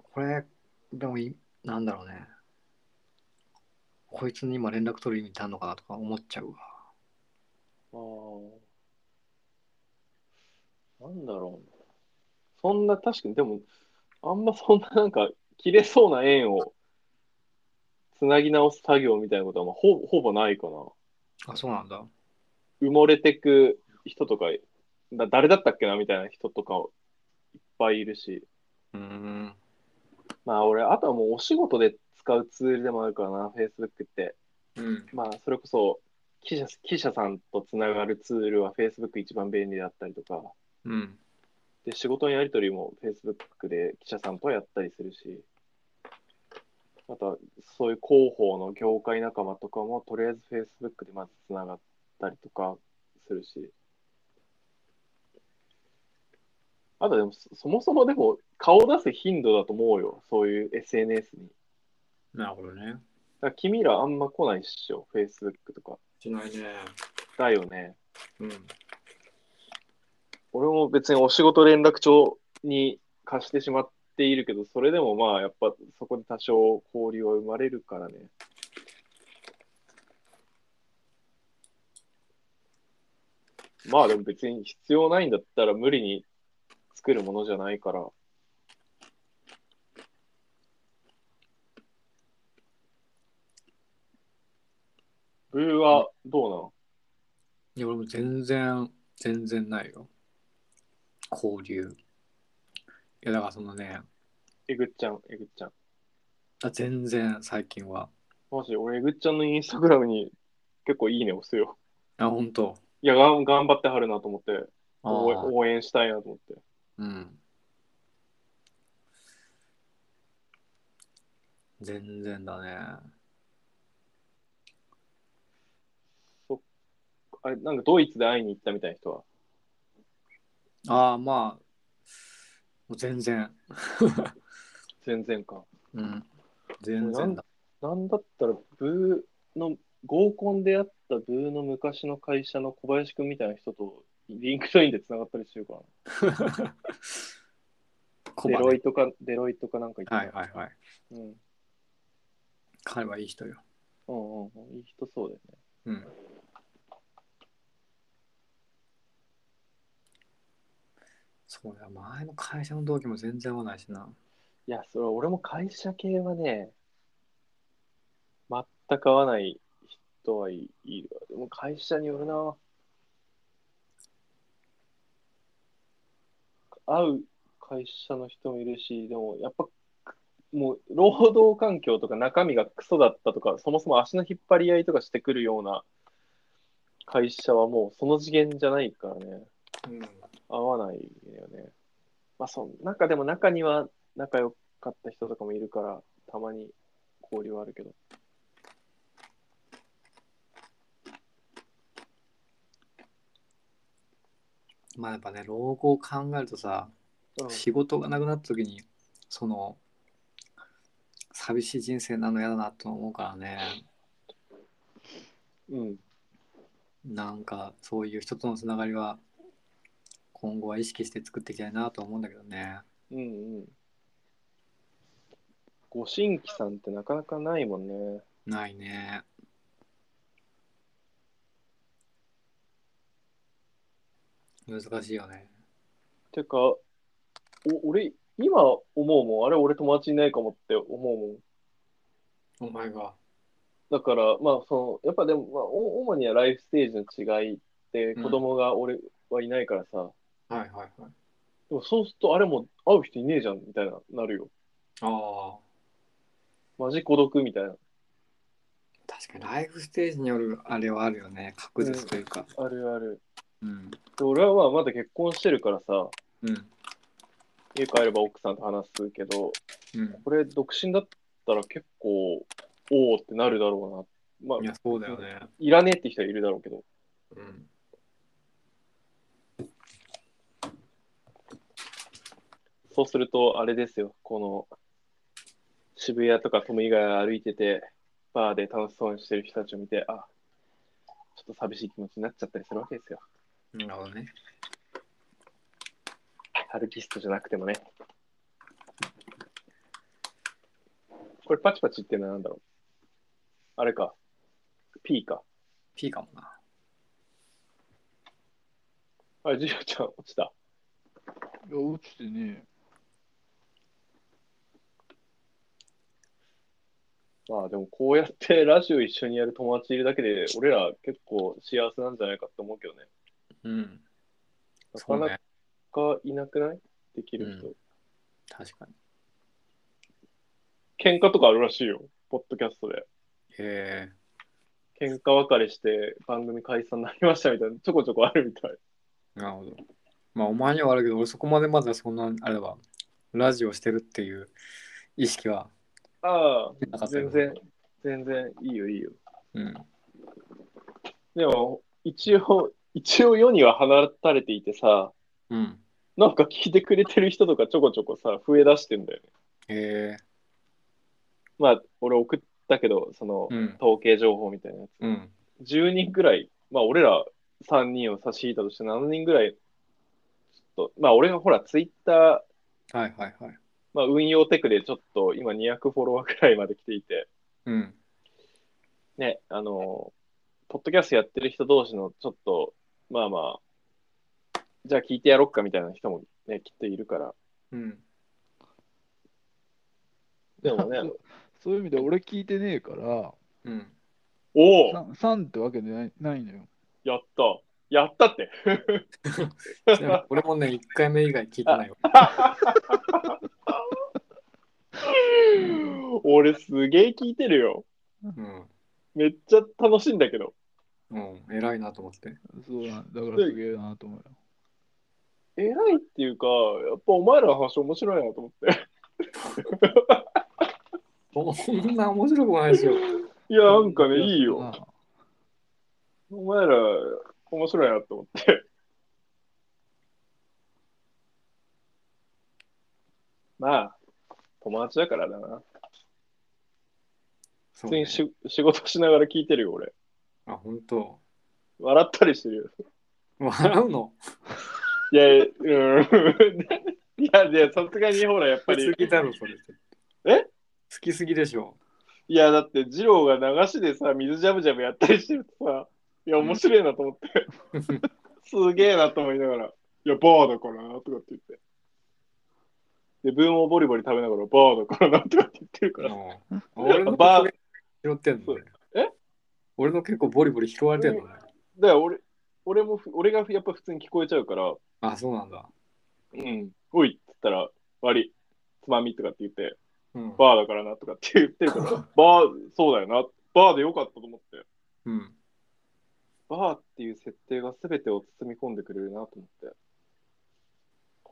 これ、でもい、なんだろうね、こいつに今連絡取る意味ってあるのかなとか思っちゃうわ。ああ。なんだろう。そんな、確かに、でも、あんまそんななんか、切れそうな縁を、つなぎ直す作業みたいなことは、まあ、ほぼほぼないかな。あ、そうなんだ。埋もれてく人とか、だ誰だったっけなみたいな人とか、いっぱいいるし。うーん。まあ、俺、あとはもうお仕事で使うツールでもあるからな、Facebook って。うん。まあ、それこそ、記者記者さんとつながるツールは Facebook 一番便利だったりとか。うん。で、仕事のやり取りも Facebook で記者さんとやったりするし、また、そういう広報の業界仲間とかも、とりあえず Facebook でまずつながったりとかするし、あとでも、そそもそもでも、顔出す頻度だと思うよ、そういう SNS に。なるほどね。だから君らあんま来ないっしょ、Facebook とか。しないね。だよね。うん。俺も別にお仕事連絡帳に貸してしまっているけど、それでもまあ、やっぱそこで多少交流は生まれるからね。まあでも別に必要ないんだったら無理に作るものじゃないから。ブーはどうないや、俺も全然、全然ないよ。交流。いや、だからそのね、のえぐっちゃん、えぐっちゃん。あ全然最近は。マジ、俺、えぐっちゃんのインスタグラムに結構いいね押すよ。あ、本当。いや、がん頑張ってはるなと思って、あ応援ー応援したいなと思って。うん。全然だね。あれ、なんかドイツで会いに行ったみたいな人は。ああ、まあ、もう全然。全然か。うん。全然だ。なんだったら、ブーの、合コンで会ったブーの昔の会社の小林くんみたいな人と、リンクトインで繋がったりしてるからな。コデバねロイトか、デロイトかなんか行った。はいはいはい。うん。彼はいい人よ。うんうんうん。いい人そうだよね。うん。そうだよ、前の会社の同期も全然合わないしな。いや、それ俺も会社系はね、全く合わない人はいいるわ。でも会社によるな。会う会社の人もいるし、でもやっぱ、もう労働環境とか中身がクソだったとか、そもそも足の引っ張り合いとかしてくるような会社はもうその次元じゃないからね。うん。合わないよね。まあ、そん中でも中には仲良かった人とかもいるから、たまに交流はあるけど。まあやっぱね、老後を考えるとさ、仕事がなくなった時に、その、寂しい人生なの嫌だなと思うからね、うん。なんかそういう人とのつながりは、今後は意識して作っていきたいなと思うんだけどね。うんうん。ご新規さんってなかなかないもんね。ないね。難しいよね。てか、お俺、今思うもん。あれ、俺友達いないかもって思うもん。お前が。だから、まあ、その、やっぱでも、まあ、お主にはライフステージの違いって、うん子供が俺はいないからさ、はいはいはい。でもそうすると、あれも会う人いねえじゃん、みたいな、なるよ。ああ、マジ孤独みたいな、確かにライフステージによるあれはあるよね。確実というか。あるある。うん。で俺はまあ、まだ結婚してるからさ、うん。家帰れば奥さんと話すけど、うん。これ独身だったら結構、おおってなるだろうな。まいあ、や、そうだよね。いらねえって人はいるだろうけど。うん。そうすると、あれですよ、この渋谷とか富ヶ谷歩いてて、バーで楽しそうにしてる人たちを見て、あちょっと寂しい気持ちになっちゃったりするわけですよ。なるほどね。春キストじゃなくてもね。これパチパチってのはなんだろうあれか。P か。 P かもな。あれ、ジュリオちゃん落ちた。いや、落ちてねまあでもこうやってラジオ一緒にやる友達いるだけで、俺ら結構幸せなんじゃないかと思うけどね。うん。なそかうなね。かいなくないできる人。う確かに。喧嘩とかあるらしいよ、ポッドキャストで。へえ。喧嘩別れして番組解散になりましたみたいな、ちょこちょこあるみたい。なるほど。まあ、お前には悪いけど、俺そこまでまだそんな、あれは、ラジオしてるっていう意識はあなかあ、ったよ全然、全然いいよ、いいよ。うん。でも、一応、 一応世には放たれていてさ、うん。なんか聞いてくれてる人とかちょこちょこさ、増え出してんだよね。へえ。まあ、俺送ったけど、その、うん。統計情報みたいなやつ。うん。 10人ぐらい、まあ俺ら3人を差し引いたとして7人ぐらい、ちょっと、まあ俺がほらツイッター、はいはいはい。まあ運用テクでちょっと今200フォロワーぐらいまで来ていて、うん。ね、あの、ポッドキャストやってる人同士のちょっと、まあまあ、じゃあ聞いてやろっかみたいな人もね、きっといるから。うん。でもね、そそういう意味で俺聞いてねえから、 うん。 おおさんさんってわけでないないのよ。やったやった ってちなみに俺もね、1回目以外聞いてないよ。俺すげえ聞いてるよ。うん。めっちゃ楽しいんだけど。うん。偉いなと思って。そうなんだからすげえなと思うよ。偉いっていうか、やっぱお前らの話面白いなと思って。そんな面白くもないですよ。いや、なんかね、いいなよ。あ。お前ら面白いなと思って。 まあ、友達だからだな。そ普う通ねにし仕事しながら聞いてるよ、俺。あ、本当。笑ったりしてるよ。笑うのいや、うん。 いや、いや、さすがにほら、やっぱ好り。きだろ、それ。え好きすぎでし ょ。いや、だって、二郎が流しでさ、水ジャブジャブやったりしてるとさ、いや、面白いなと思って。すげえなと思いながら、いや、バーだからな、とかって言って。で、文をボリボリ食べながら、バーだからな、とかって言ってるから。うん俺のバ結構拾ってんのね。え俺の結構ボリボリ拾われてんのね。だから、俺、俺もふ、俺がやっぱ普通に聞こえちゃうから、あ、そうなんだ。うん、おいって言ったら、悪い、つまみとかって言って、うん。バーだからな、とかって言って るから、バー、そうだよな、バーでよかったと思って。うん。バーっていう設定が全てを包み込んでくれるなと思って。い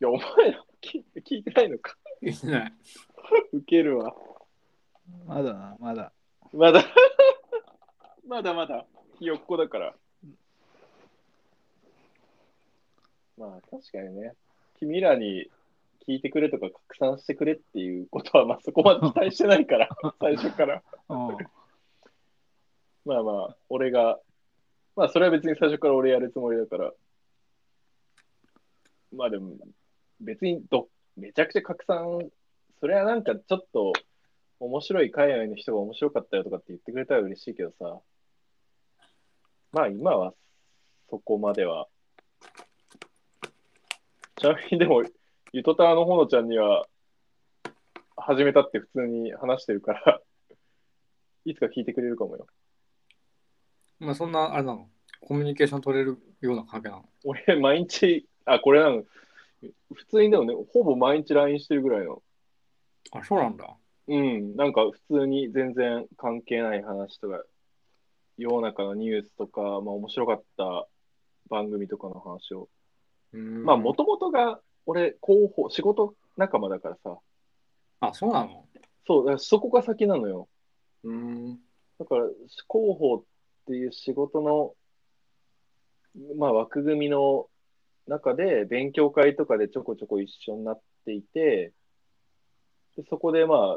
や、お前ら聞聞いてないのか。いいね。ウケるわ。まだな、まだ。まだ、 まだまだ、ひよっこだから。まあ、確かにね、君らに聞いてくれとか拡散してくれっていうことは、まあそこまで期待してない から、最初から。うんまあまあ、俺が、まあそれは別に最初から俺やるつもりだから、まあでも、別にど、めちゃくちゃ拡散、それはなんかちょっと面白い海外の人が面白かったよとかって言ってくれたら嬉しいけどさ、まあ今はそこまでは。ちなみにでも、ゆとたわのほのちゃんには、始めたって普通に話してるから、いつか聞いてくれるかもよ。まあ、そんな、あれなのコミュニケーション取れるような関係なの俺、毎日、あ、これなの。普通にでもね、ほぼ毎日 LINE してるぐらいの。あ、そうなんだ。うん、なんか普通に全然関係ない話とか、世の中のニュースとか、まあ面白かった番組とかの話を。まあ、も元ともとが、俺、広報、仕事仲間だからさ。あ、そうなのそう、だからそこが先なのよ。うん。だから、広報っていう仕事の、まあ、枠組みの中で、勉強会とかでちょこちょこ一緒になっていて、でそこで、まあ、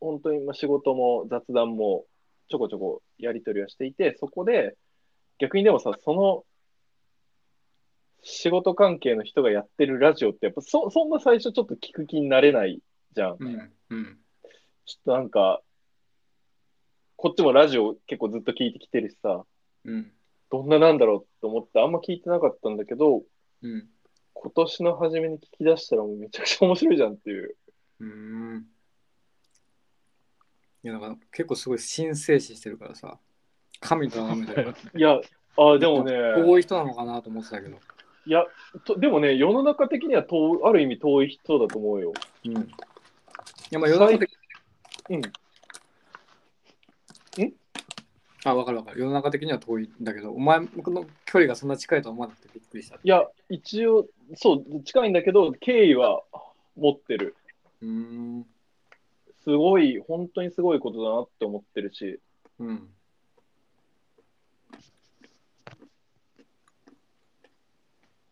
本当にまあ仕事も雑談もちょこちょこやり取りをしていて、そこで、逆にでもさ、その、仕事関係の人がやってるラジオって、やっぱそ、そんな最初ちょっと聞く気になれないじゃん。うん。うん。ちょっとなんか、こっちもラジオ結構ずっと聞いてきてるしさ、うん。どんななんだろうと思ってあんま聞いてなかったんだけど、うん。今年の初めに聞き出したらもうめちゃくちゃ面白いじゃんっていう。うん。いや、なんか結構すごい神聖視してるからさ、神と崇め てるから。いや、あでもね、多い人なのかなと思ってたけど。いやと、でもね、世の中的には遠い、ある意味遠い人だと思うよ。うん。いや、まあ、世の中的うん。あ、わかるわかる。世の中的には遠いんだけど、お前の距離がそんな近いとは思わなくてびっくりした。いや、一応、そう、近いんだけど、敬意は持ってる。うん。すごい、本当にすごいことだなって思ってるし、うん。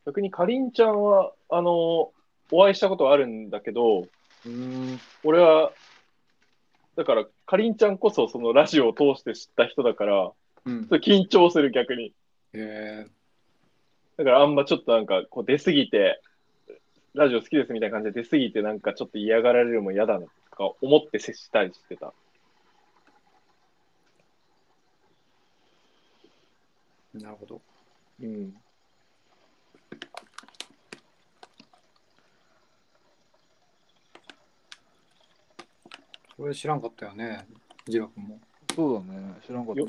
逆にかりんちゃんは、あの、お会いしたことはあるんだけど、うん。俺は、だから、かりんちゃんこそ、そのラジオを通して知った人だから、うんちょ。っと緊張する、逆に。えだから、あんまちょっとなんか、こう出すぎて、ラジオ好きですみたいな感じで出すぎて、なんかちょっと嫌がられるのも嫌だな、とか思って接したりしてた。ー、なるほど。うん。これ知らんかったよね、ジラ君も。そうだね、知らんかったよ。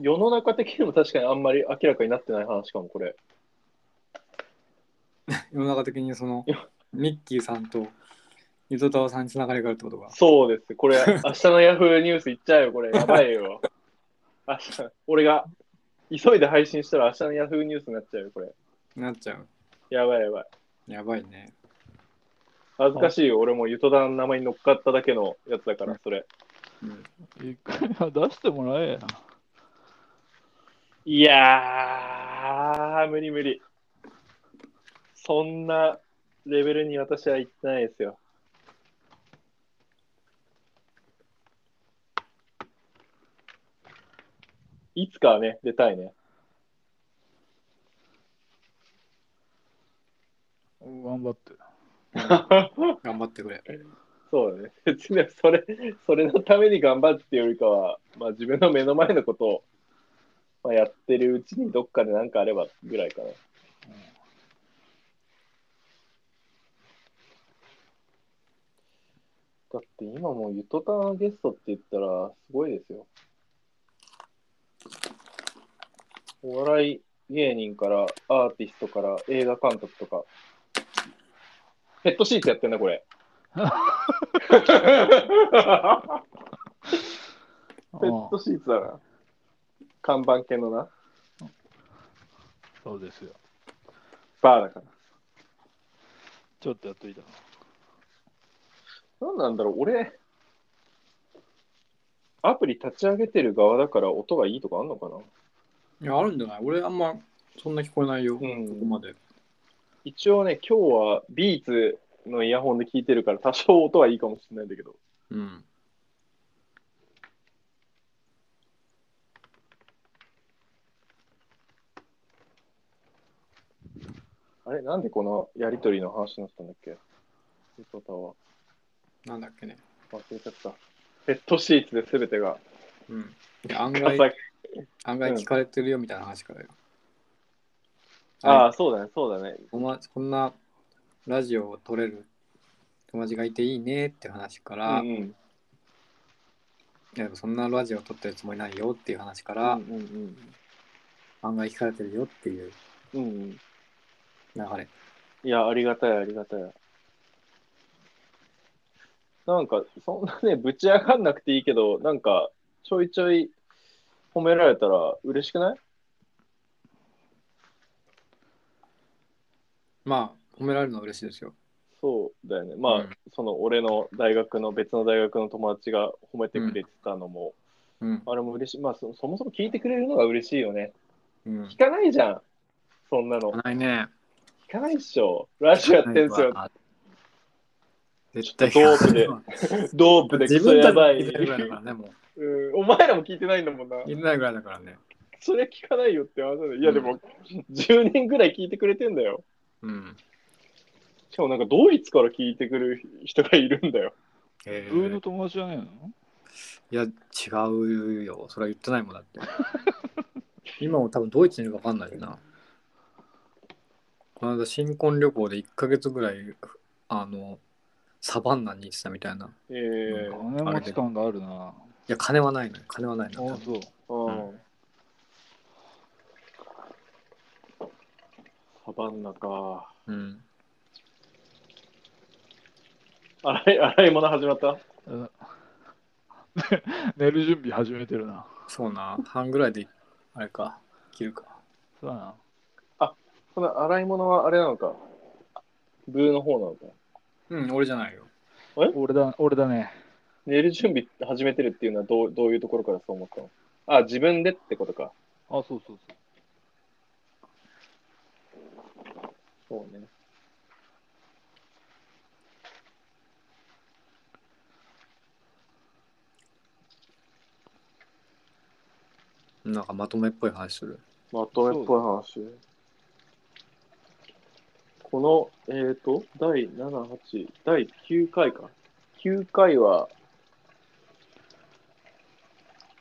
世の中的にも確かにあんまり明らかになってない話かも、こ れ。世の中的にその、ミッキーさんと、ゆとたわさんにつながりがあるってことが。そうです。これ、明日のヤフーニュースいっちゃうよ、 これ。やばいよ。明日、俺が、急いで配信したら明日のヤフーニュースになっちゃうよ、これ。なっちゃう。やばいやばい。やばいね。恥ずかしいよ、俺もゆとだんの名前に乗っかっただけのやつだから、それ。うん、一回は出してもらえや。いやー、無理無理。そんなレベルに私は行ってないですよ。いつかはね、出たいね。頑張って。頑張ってくれ。そうだね。 別にそれ、それのために頑張ってよりかは、まあ自分の目の前のことを、まあ、やってるうちにどっかで何かあればぐらいかな。だって今もうゆとたんゲストって言ったらすごいですよ。お笑い芸人からアーティストから映画監督とか。ペットシーツやってんだこれ。ペットああシーツだな。看板系のな。そうですよ。バーだかちょっとやっといた。ら。なんなんだろう、俺、アプリ立ち上げてる側だから音がいいとかあんのかないや、あるんじゃない俺あんまそんな聞こえないよ、うんそこまで。一応ね、今日はビーツのイヤホンで聞いてるから多少音はいいかもしれないんだけど。うん。あれなんでこのやりとりの話になったんだっけゆとたはなんだっけね。忘れちゃった。ペットシーツで全てが。うん。で 案あ外、さ案外聞かれてるよみたいな話からよ。あー、そうだね、そうだね。おまこんなラジオを撮れる友達がいていいねって話かうら、んうん。いやでもそんなラジオ撮ってるつもりないよっていう話かうら、んうん案外聞かれてるよっていううん。うんうん。流れ。いや、ありがたい、ありがたい。なんか、そんなね、 ぶち上がんなくていいけど、なんか、ちょいちょい褒められたら嬉しくないまあ、褒められるのは嬉しいですよ。そうだよね。まあ、うんその俺の大学の別の大学の友達が褒めてくれてたのも、うん。あれも嬉しい。まあそ、そもそも聞いてくれるのが嬉しいよね。うん。聞かないじゃん。そんなの。聞ないね。かないっしょ。ラジオやってんすよ。絶対ちょっとドードープでク自ソ分やたちばい。聞いてるぐらいだからね、もうん、お前らも聞いてないんだもんな。う。聞いてないぐらいだからね。それ聞かないよって話だよ。いや、でも、10人ぐらい聞いてくれてんだよ。うん。しかもなんかドイツから聞いてくる人がいるんだよ。えブーの友達じゃないのいや、違うよ。それは言ってないもんだって。今も多分ドイツにいるか分かんないよな。この間、新婚旅行で1ヶ月ぐらい、あの、サバンナに行ってたみたいな。いえうー、金持ち感があるな。や、金はないのよ。金はないあのよあ、。そう。うん。サバンナか。うん。洗い洗い物始まったうん寝る準備始めてるな。そうな。半ぐらいで、あれか、切るか。そうだな。この洗い物はあれなのかブーの方なのかうん、俺じゃないよ。俺だ、俺だね。寝る準備始めてるっていうのはどうどういうところからそう思ったのあ、自分でってことか。あ、そうそうそう。そうね。なんかまとめっぽい話する。まとめっぽい話。この、えっ、と、第7、8、第9回か。9回は、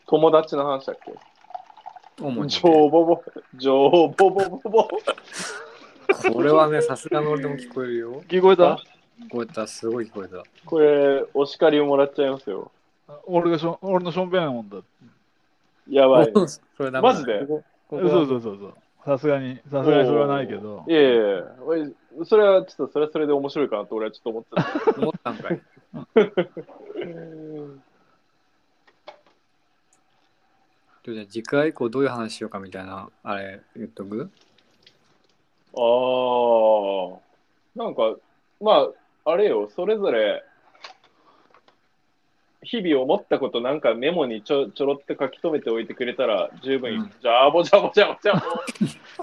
友達の話だっけ主に、ね。情ボボ、情ボボボボ。これはね、さすがの俺でも聞こえるよ。聞こえた聞こえた、すごい聞こえた。これ、お叱りをもらっちゃいますよ。俺がしょ俺のションベンやもんだ。やば い。それダメだマジでここここそうはそうそうそう。さすがに、さすがにそれはないけどい。やいやいやおいそれはちょっと、それはそれで面白いかなと俺はちょっと思ってた。思ったんかい。じゃあ次回以降どういう話しようかみたいな、あれ言っとくあーなんか、まあ、あれよ、それぞれ、日々思ったことなんかメモにちょちょろって書き留めておいてくれたら十分いい、うんじゃあぼじゃぼじゃぼ じゃぼ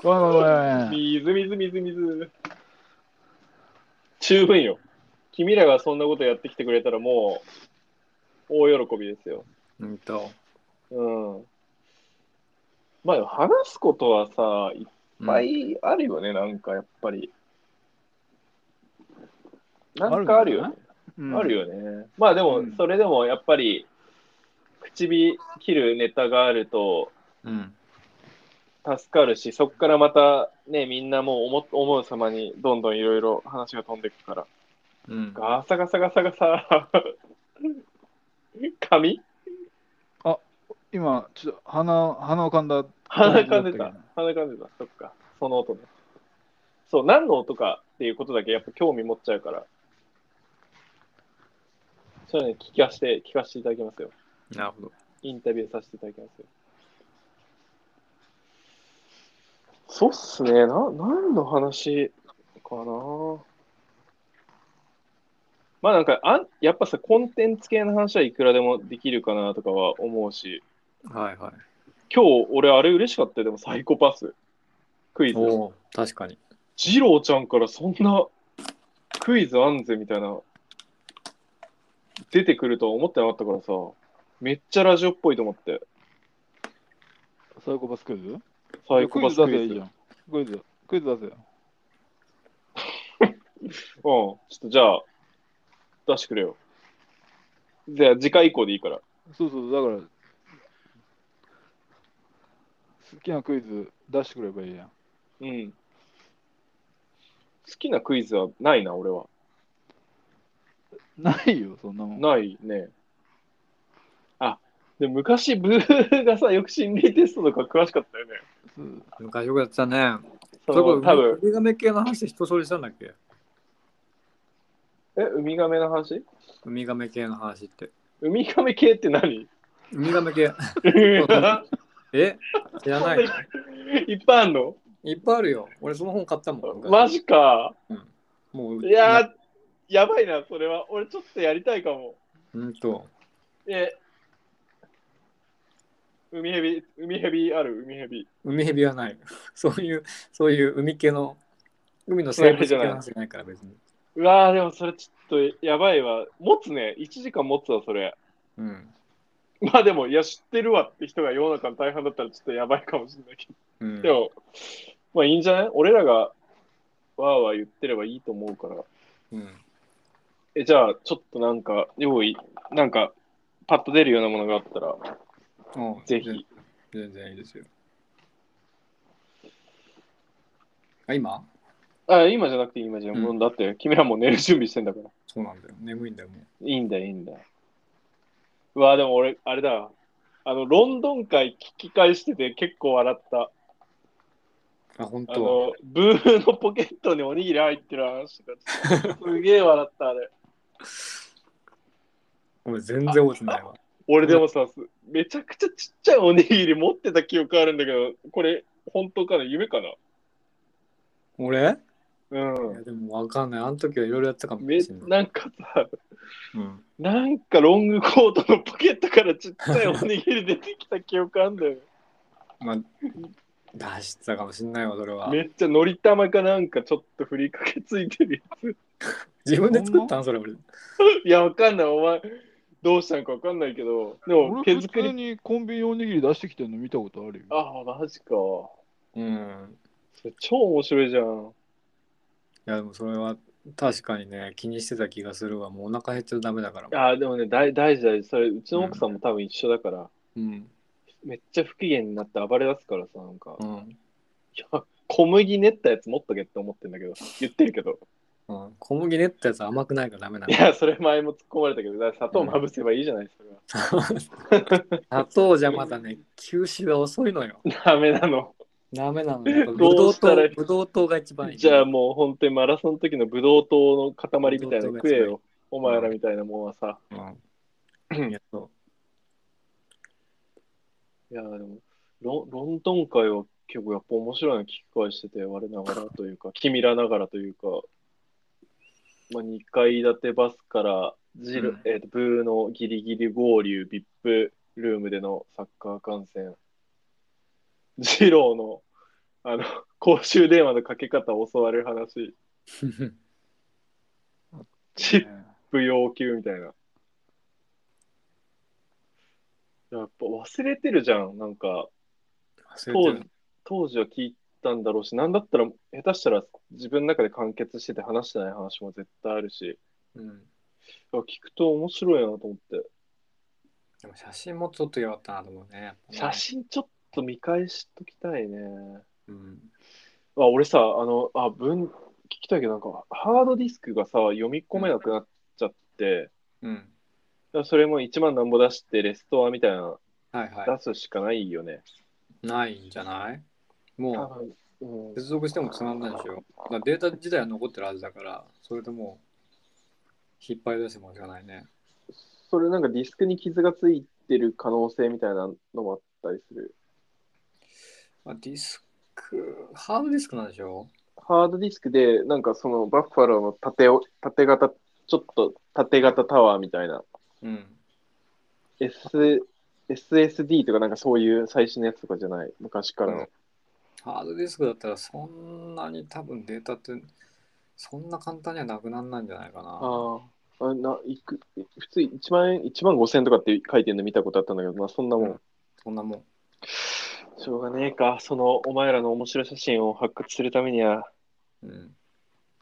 ごめんごめんごめん水水水水十分よ君らがそんなことやってきてくれたらもう大喜びですようんと。うんまあでも話すことはさいっうんぱいあるよね、なんかやっぱりなんかあるよねうんあるよね、まあでもうんそれでもやっぱり唇切るネタがあるとうん。助かるし、そこからまたね、みんなもう思思う様にどんどんいろいろ話が飛んでいくから。うん。ガサガサガサガサ。 髪今、ちょっと鼻、鼻を噛んだ。鼻かんでうたん。鼻かんでた。そっか。その音ね。そう、何の音かっていうことだけやっぱ興味持っちゃうから。そうね、聞かして、聞かせていただきますよ。なるほど。インタビューさせていただきますよ。そうっすね。な、何の話かなまあなんかあん、やっぱさ、コンテンツ系の話はいくらでもできるかなとかは思うし、はいはい。今日俺あれ嬉しかったよ、でもサイコパス。クイズ。おお、確かに。ジローちゃんからそんなクイズあんぜみたいな、出てくるとは思ってなかったからさ、めっちゃラジオっぽいと思って。サイコパスクイズサイコパスククイズ出せイいいズ。じうゃん。ん。クイズ、クイズ出せよ。ちょっとじゃあ、出してくれよ。じゃあ、次回以降でいいから。そうそう、だから、好きなクイズ出してくればいいじゃん。うん。好きなクイズはないな、俺は。ないよ、そんなもん。ないね。あ、で昔、ブーがさ、よく心理テストとか詳しかったよね。昔よくやってたね。そそれこのそ多分、ウミガメ系の話で人それしたんだっけえ、ウミガメの話ウミガメ系の話って。ウミガメ系って何ウミガメ系。 いっえ知ら ないのぱいあんのいっぱいあるよ。俺その本買ったもん。昔マジか。もういやー、やばいな、それは。俺ちょっとやりたいかも。うんと。え、海蛇、海蛇ある、海蛇。海蛇はない。 そういう、そういう海系の、海の生物系の話じゃないから別に。うわー、でもそれちょっとやばいわ。持つね。1時間持つわ、それ。うん。まあでも、いや、知ってるわって人が世の中の大半だったらちょっとやばいかもしれないけど。うん、でも、まあいいんじゃない俺らがわーわー言ってればいいと思うから。うん、え、じゃあ、ちょっとなんか、用意、なんか、パッと出るようなものがあったら、うんぜひ。全然いいですよ。あ、今あ、今じゃなくていい今じゃなくて、うだって、君はもう寝る準備してんだから。そうなんだよ。眠いんだよ、もいいんだ、いいんだ。うわ、でも俺、あれだ。あの、ロンドン会聞き返してて結構笑った。う。あ、本あ当の、ブーのポケットにおにぎり入ってる話とか、すげえ笑った、あれ。ごめん、全然覚えてないわ。俺でもさ、すめちゃくちゃちっちゃいおにぎり持ってた記憶あるんだけど、これ、本当かな夢かな俺ういん。や、でもわかんない。あの時はいろいろやったかもめしれない。なんかさ、うん、なんかロングコートのポケットからちっちゃいおにぎり出てきた記憶あんだよ。まあ、出してたかもしれないわ、それは。めっちゃのり玉かなんかちょっと振りかけついてるやつ。自分で作ったんそれ俺。 いや、わかんない。お前、どうしたのかわかんないけど、でも俺手普作通り。にコンビニおにぎり出してきてるの見たことあるよ。ああ、マジか。そうん。れ超面白いじゃん。いや、でもそれは確かにね、気にしてた気がするわ。もうお腹減っちゃダメだから。ああ、でもね、大大事大事。それ、うちの奥さんも多分一緒だから、うん。めっちゃ不機嫌になって暴れ出すからさ、なんか、うん。いや小麦練ったやつ持っとけって思ってんだけど、言ってるけど。うん、小麦練ったやつは甘くないからダメないの。や、それ前も突っ込まれたけど、だから砂糖まぶせばいいじゃない、それは。砂糖じゃまだね、吸収が遅いのよ。ダメなの。ダメなの よ。ブどドうウした糖ら、ブドウ糖が一番いい。じゃあもう本当にマラソンの時のブドウ糖の塊みたいなの食えよ。お前らみたいなもんはさ。うん。いやそいや、でもロン、ロンドン会は結構やっぱ面白いの聞き返してて、我ながら というか、君らながらというか、まあ、2階建てバスからジル、うんえーと、ブーのギリギリ合流 VIP ルームでのサッカー観戦、ジローの、あの、公衆電話のかけ方を教わる話、 うチップ要求みたいな。やっぱ忘れてるじゃん、なんか。忘れて当時る当時は聞いたんだろうし、なんだったら、下手したら自分の中で完結してて話してない話も絶対あるし、うん。あ聞くと面白いなと思って。でも写真もちょっと弱ったなと思うね。やっぱね写真ちょっと見返しときたいね。うん。あ俺さ、あの、あ、文、聞きたいけど、なんか、ハードディスクがさ、読み込めなくなっちゃって、うん。それも1万なんぼ出して、レストアみたいなのはいは出すしかないよね。い。ないんじゃないもう多。分うん接続してもつながんないでしょ。だからデータ自体は残ってるはずだから、それともう引っ張り出してもしかないね。それなんかディスクに傷がついてる可能性みたいなのもあったりする。まあ、ディスク、ハードディスクなんでしょハードディスクで、なんかそのバッファローの縦を縦型、ちょっと縦型タワーみたいな、うん。 S、SSD とかなんかそういう最新のやつとかじゃない、昔からの。ハードディスクだったらそんなに多分データってそんな簡単にはなくならないんじゃないかな。ああ、あな、いく、普通1万円、1万5千とかって書いてるの見たことあったんだけど、まあそんなもん。うんそんなもん。しょうがねえか、そのお前らの面白い写真を発掘するためには、うん。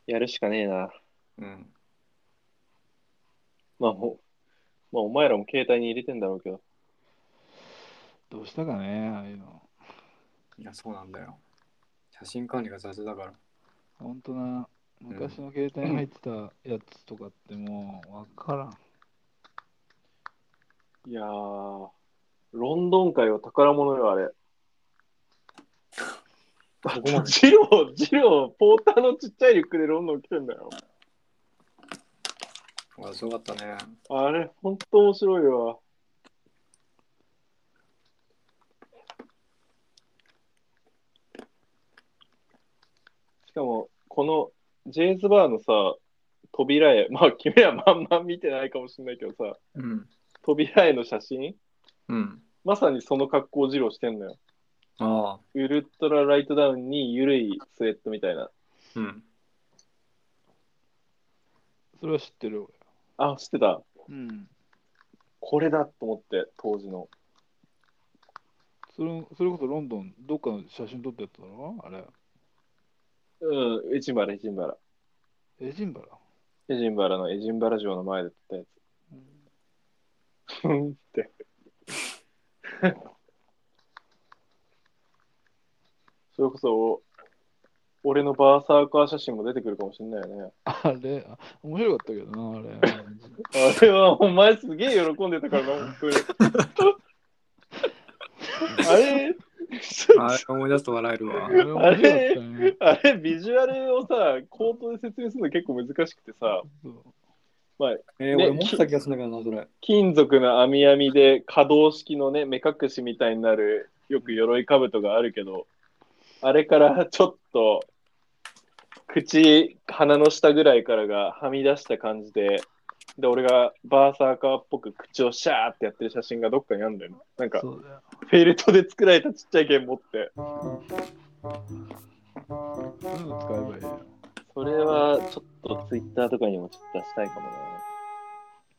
やるしかねえな。うん。まあもう、まあお前らも携帯に入れてんだろうけど。どうしたかね、ああいうの。いや、そうなんだよ。写真管理が雑だから。ほんとな、昔の携帯に入ってたやつとかってもうわからん。いやー、ロンドン界は宝物よ、あれ。だっ 僕もて ジロー、ジロー、ポーターのちっちゃいリュックでロンドン来てんだよ。あすごかったね。あれ、ほんと面白いわ。しかも、このジェイズバーのさ、扉絵、まあ君はまんま見てないかもしれないけどさ、うん。扉絵の写真、うん。まさにその格好をジローしてんのよ。ああ。ウルトラライトダウンにゆるいスウェットみたいな。 うん。それは知ってる。あ、知ってた。うん。これだと思って、当時の。それそれこそロンドン、どっかの写真撮ってたのあれ。うん、エジンバラ、エジンバラ。エジンバラ。エジンバラのエジンバラ城の前で撮ったやつ。ふんって。 それこそ、俺のバーサーカー写真も出てくるかもしれないよね。あれ、あ面白かったけどな、あれ。あれはお前すげえ喜んでたからな、本当に。あれ、あれ思い出すと笑えるわあ。れ面白かったね。あれビジュアルをさ、口頭で説明するの結構難しくてさ、そうえー、ね俺持ってた気がするんだけどな、それ。金属の網網で可動式のね、目隠しみたいになる、よく鎧兜があるけど、あれからちょっと、口、鼻の下ぐらいからがはみ出した感じで、で、俺がバーサーカーっぽく口をシャーってやってる写真がどっかにあるんだよね。なんか、そうだよ。フェルトで作られたちっちゃい剣持って。そういうの使えばいいよ。それはちょっとツイッターとかにもちょっと出したいか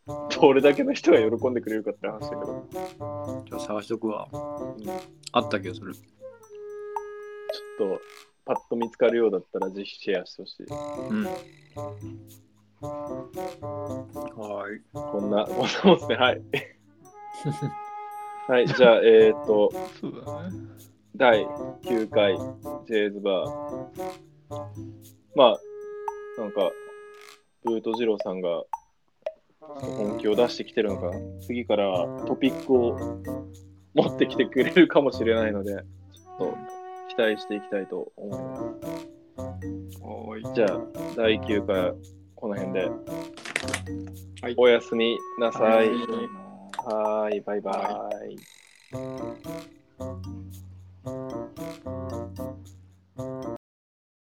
もね。どれだけの人が喜んでくれるかって話だけど。じゃあ探しとくわ。うんあった気がする。ちょっとパッと見つかるようだったらぜひシェアしてほしい。うん。はーい。こんな、こんなもんですね。 はい。はい、じゃあ、えっ、ー、と、そうだね。第9回、ジェイズバー。まあ、なんか、ブート二郎さんが本気を出してきてるのかな、次からトピックを持ってきてくれるかもしれないので、ちょっと期待していきたいと思います。はーい。じゃあ、第9回、この辺で。はいおやすみなさい。はいはーい、バイバイ。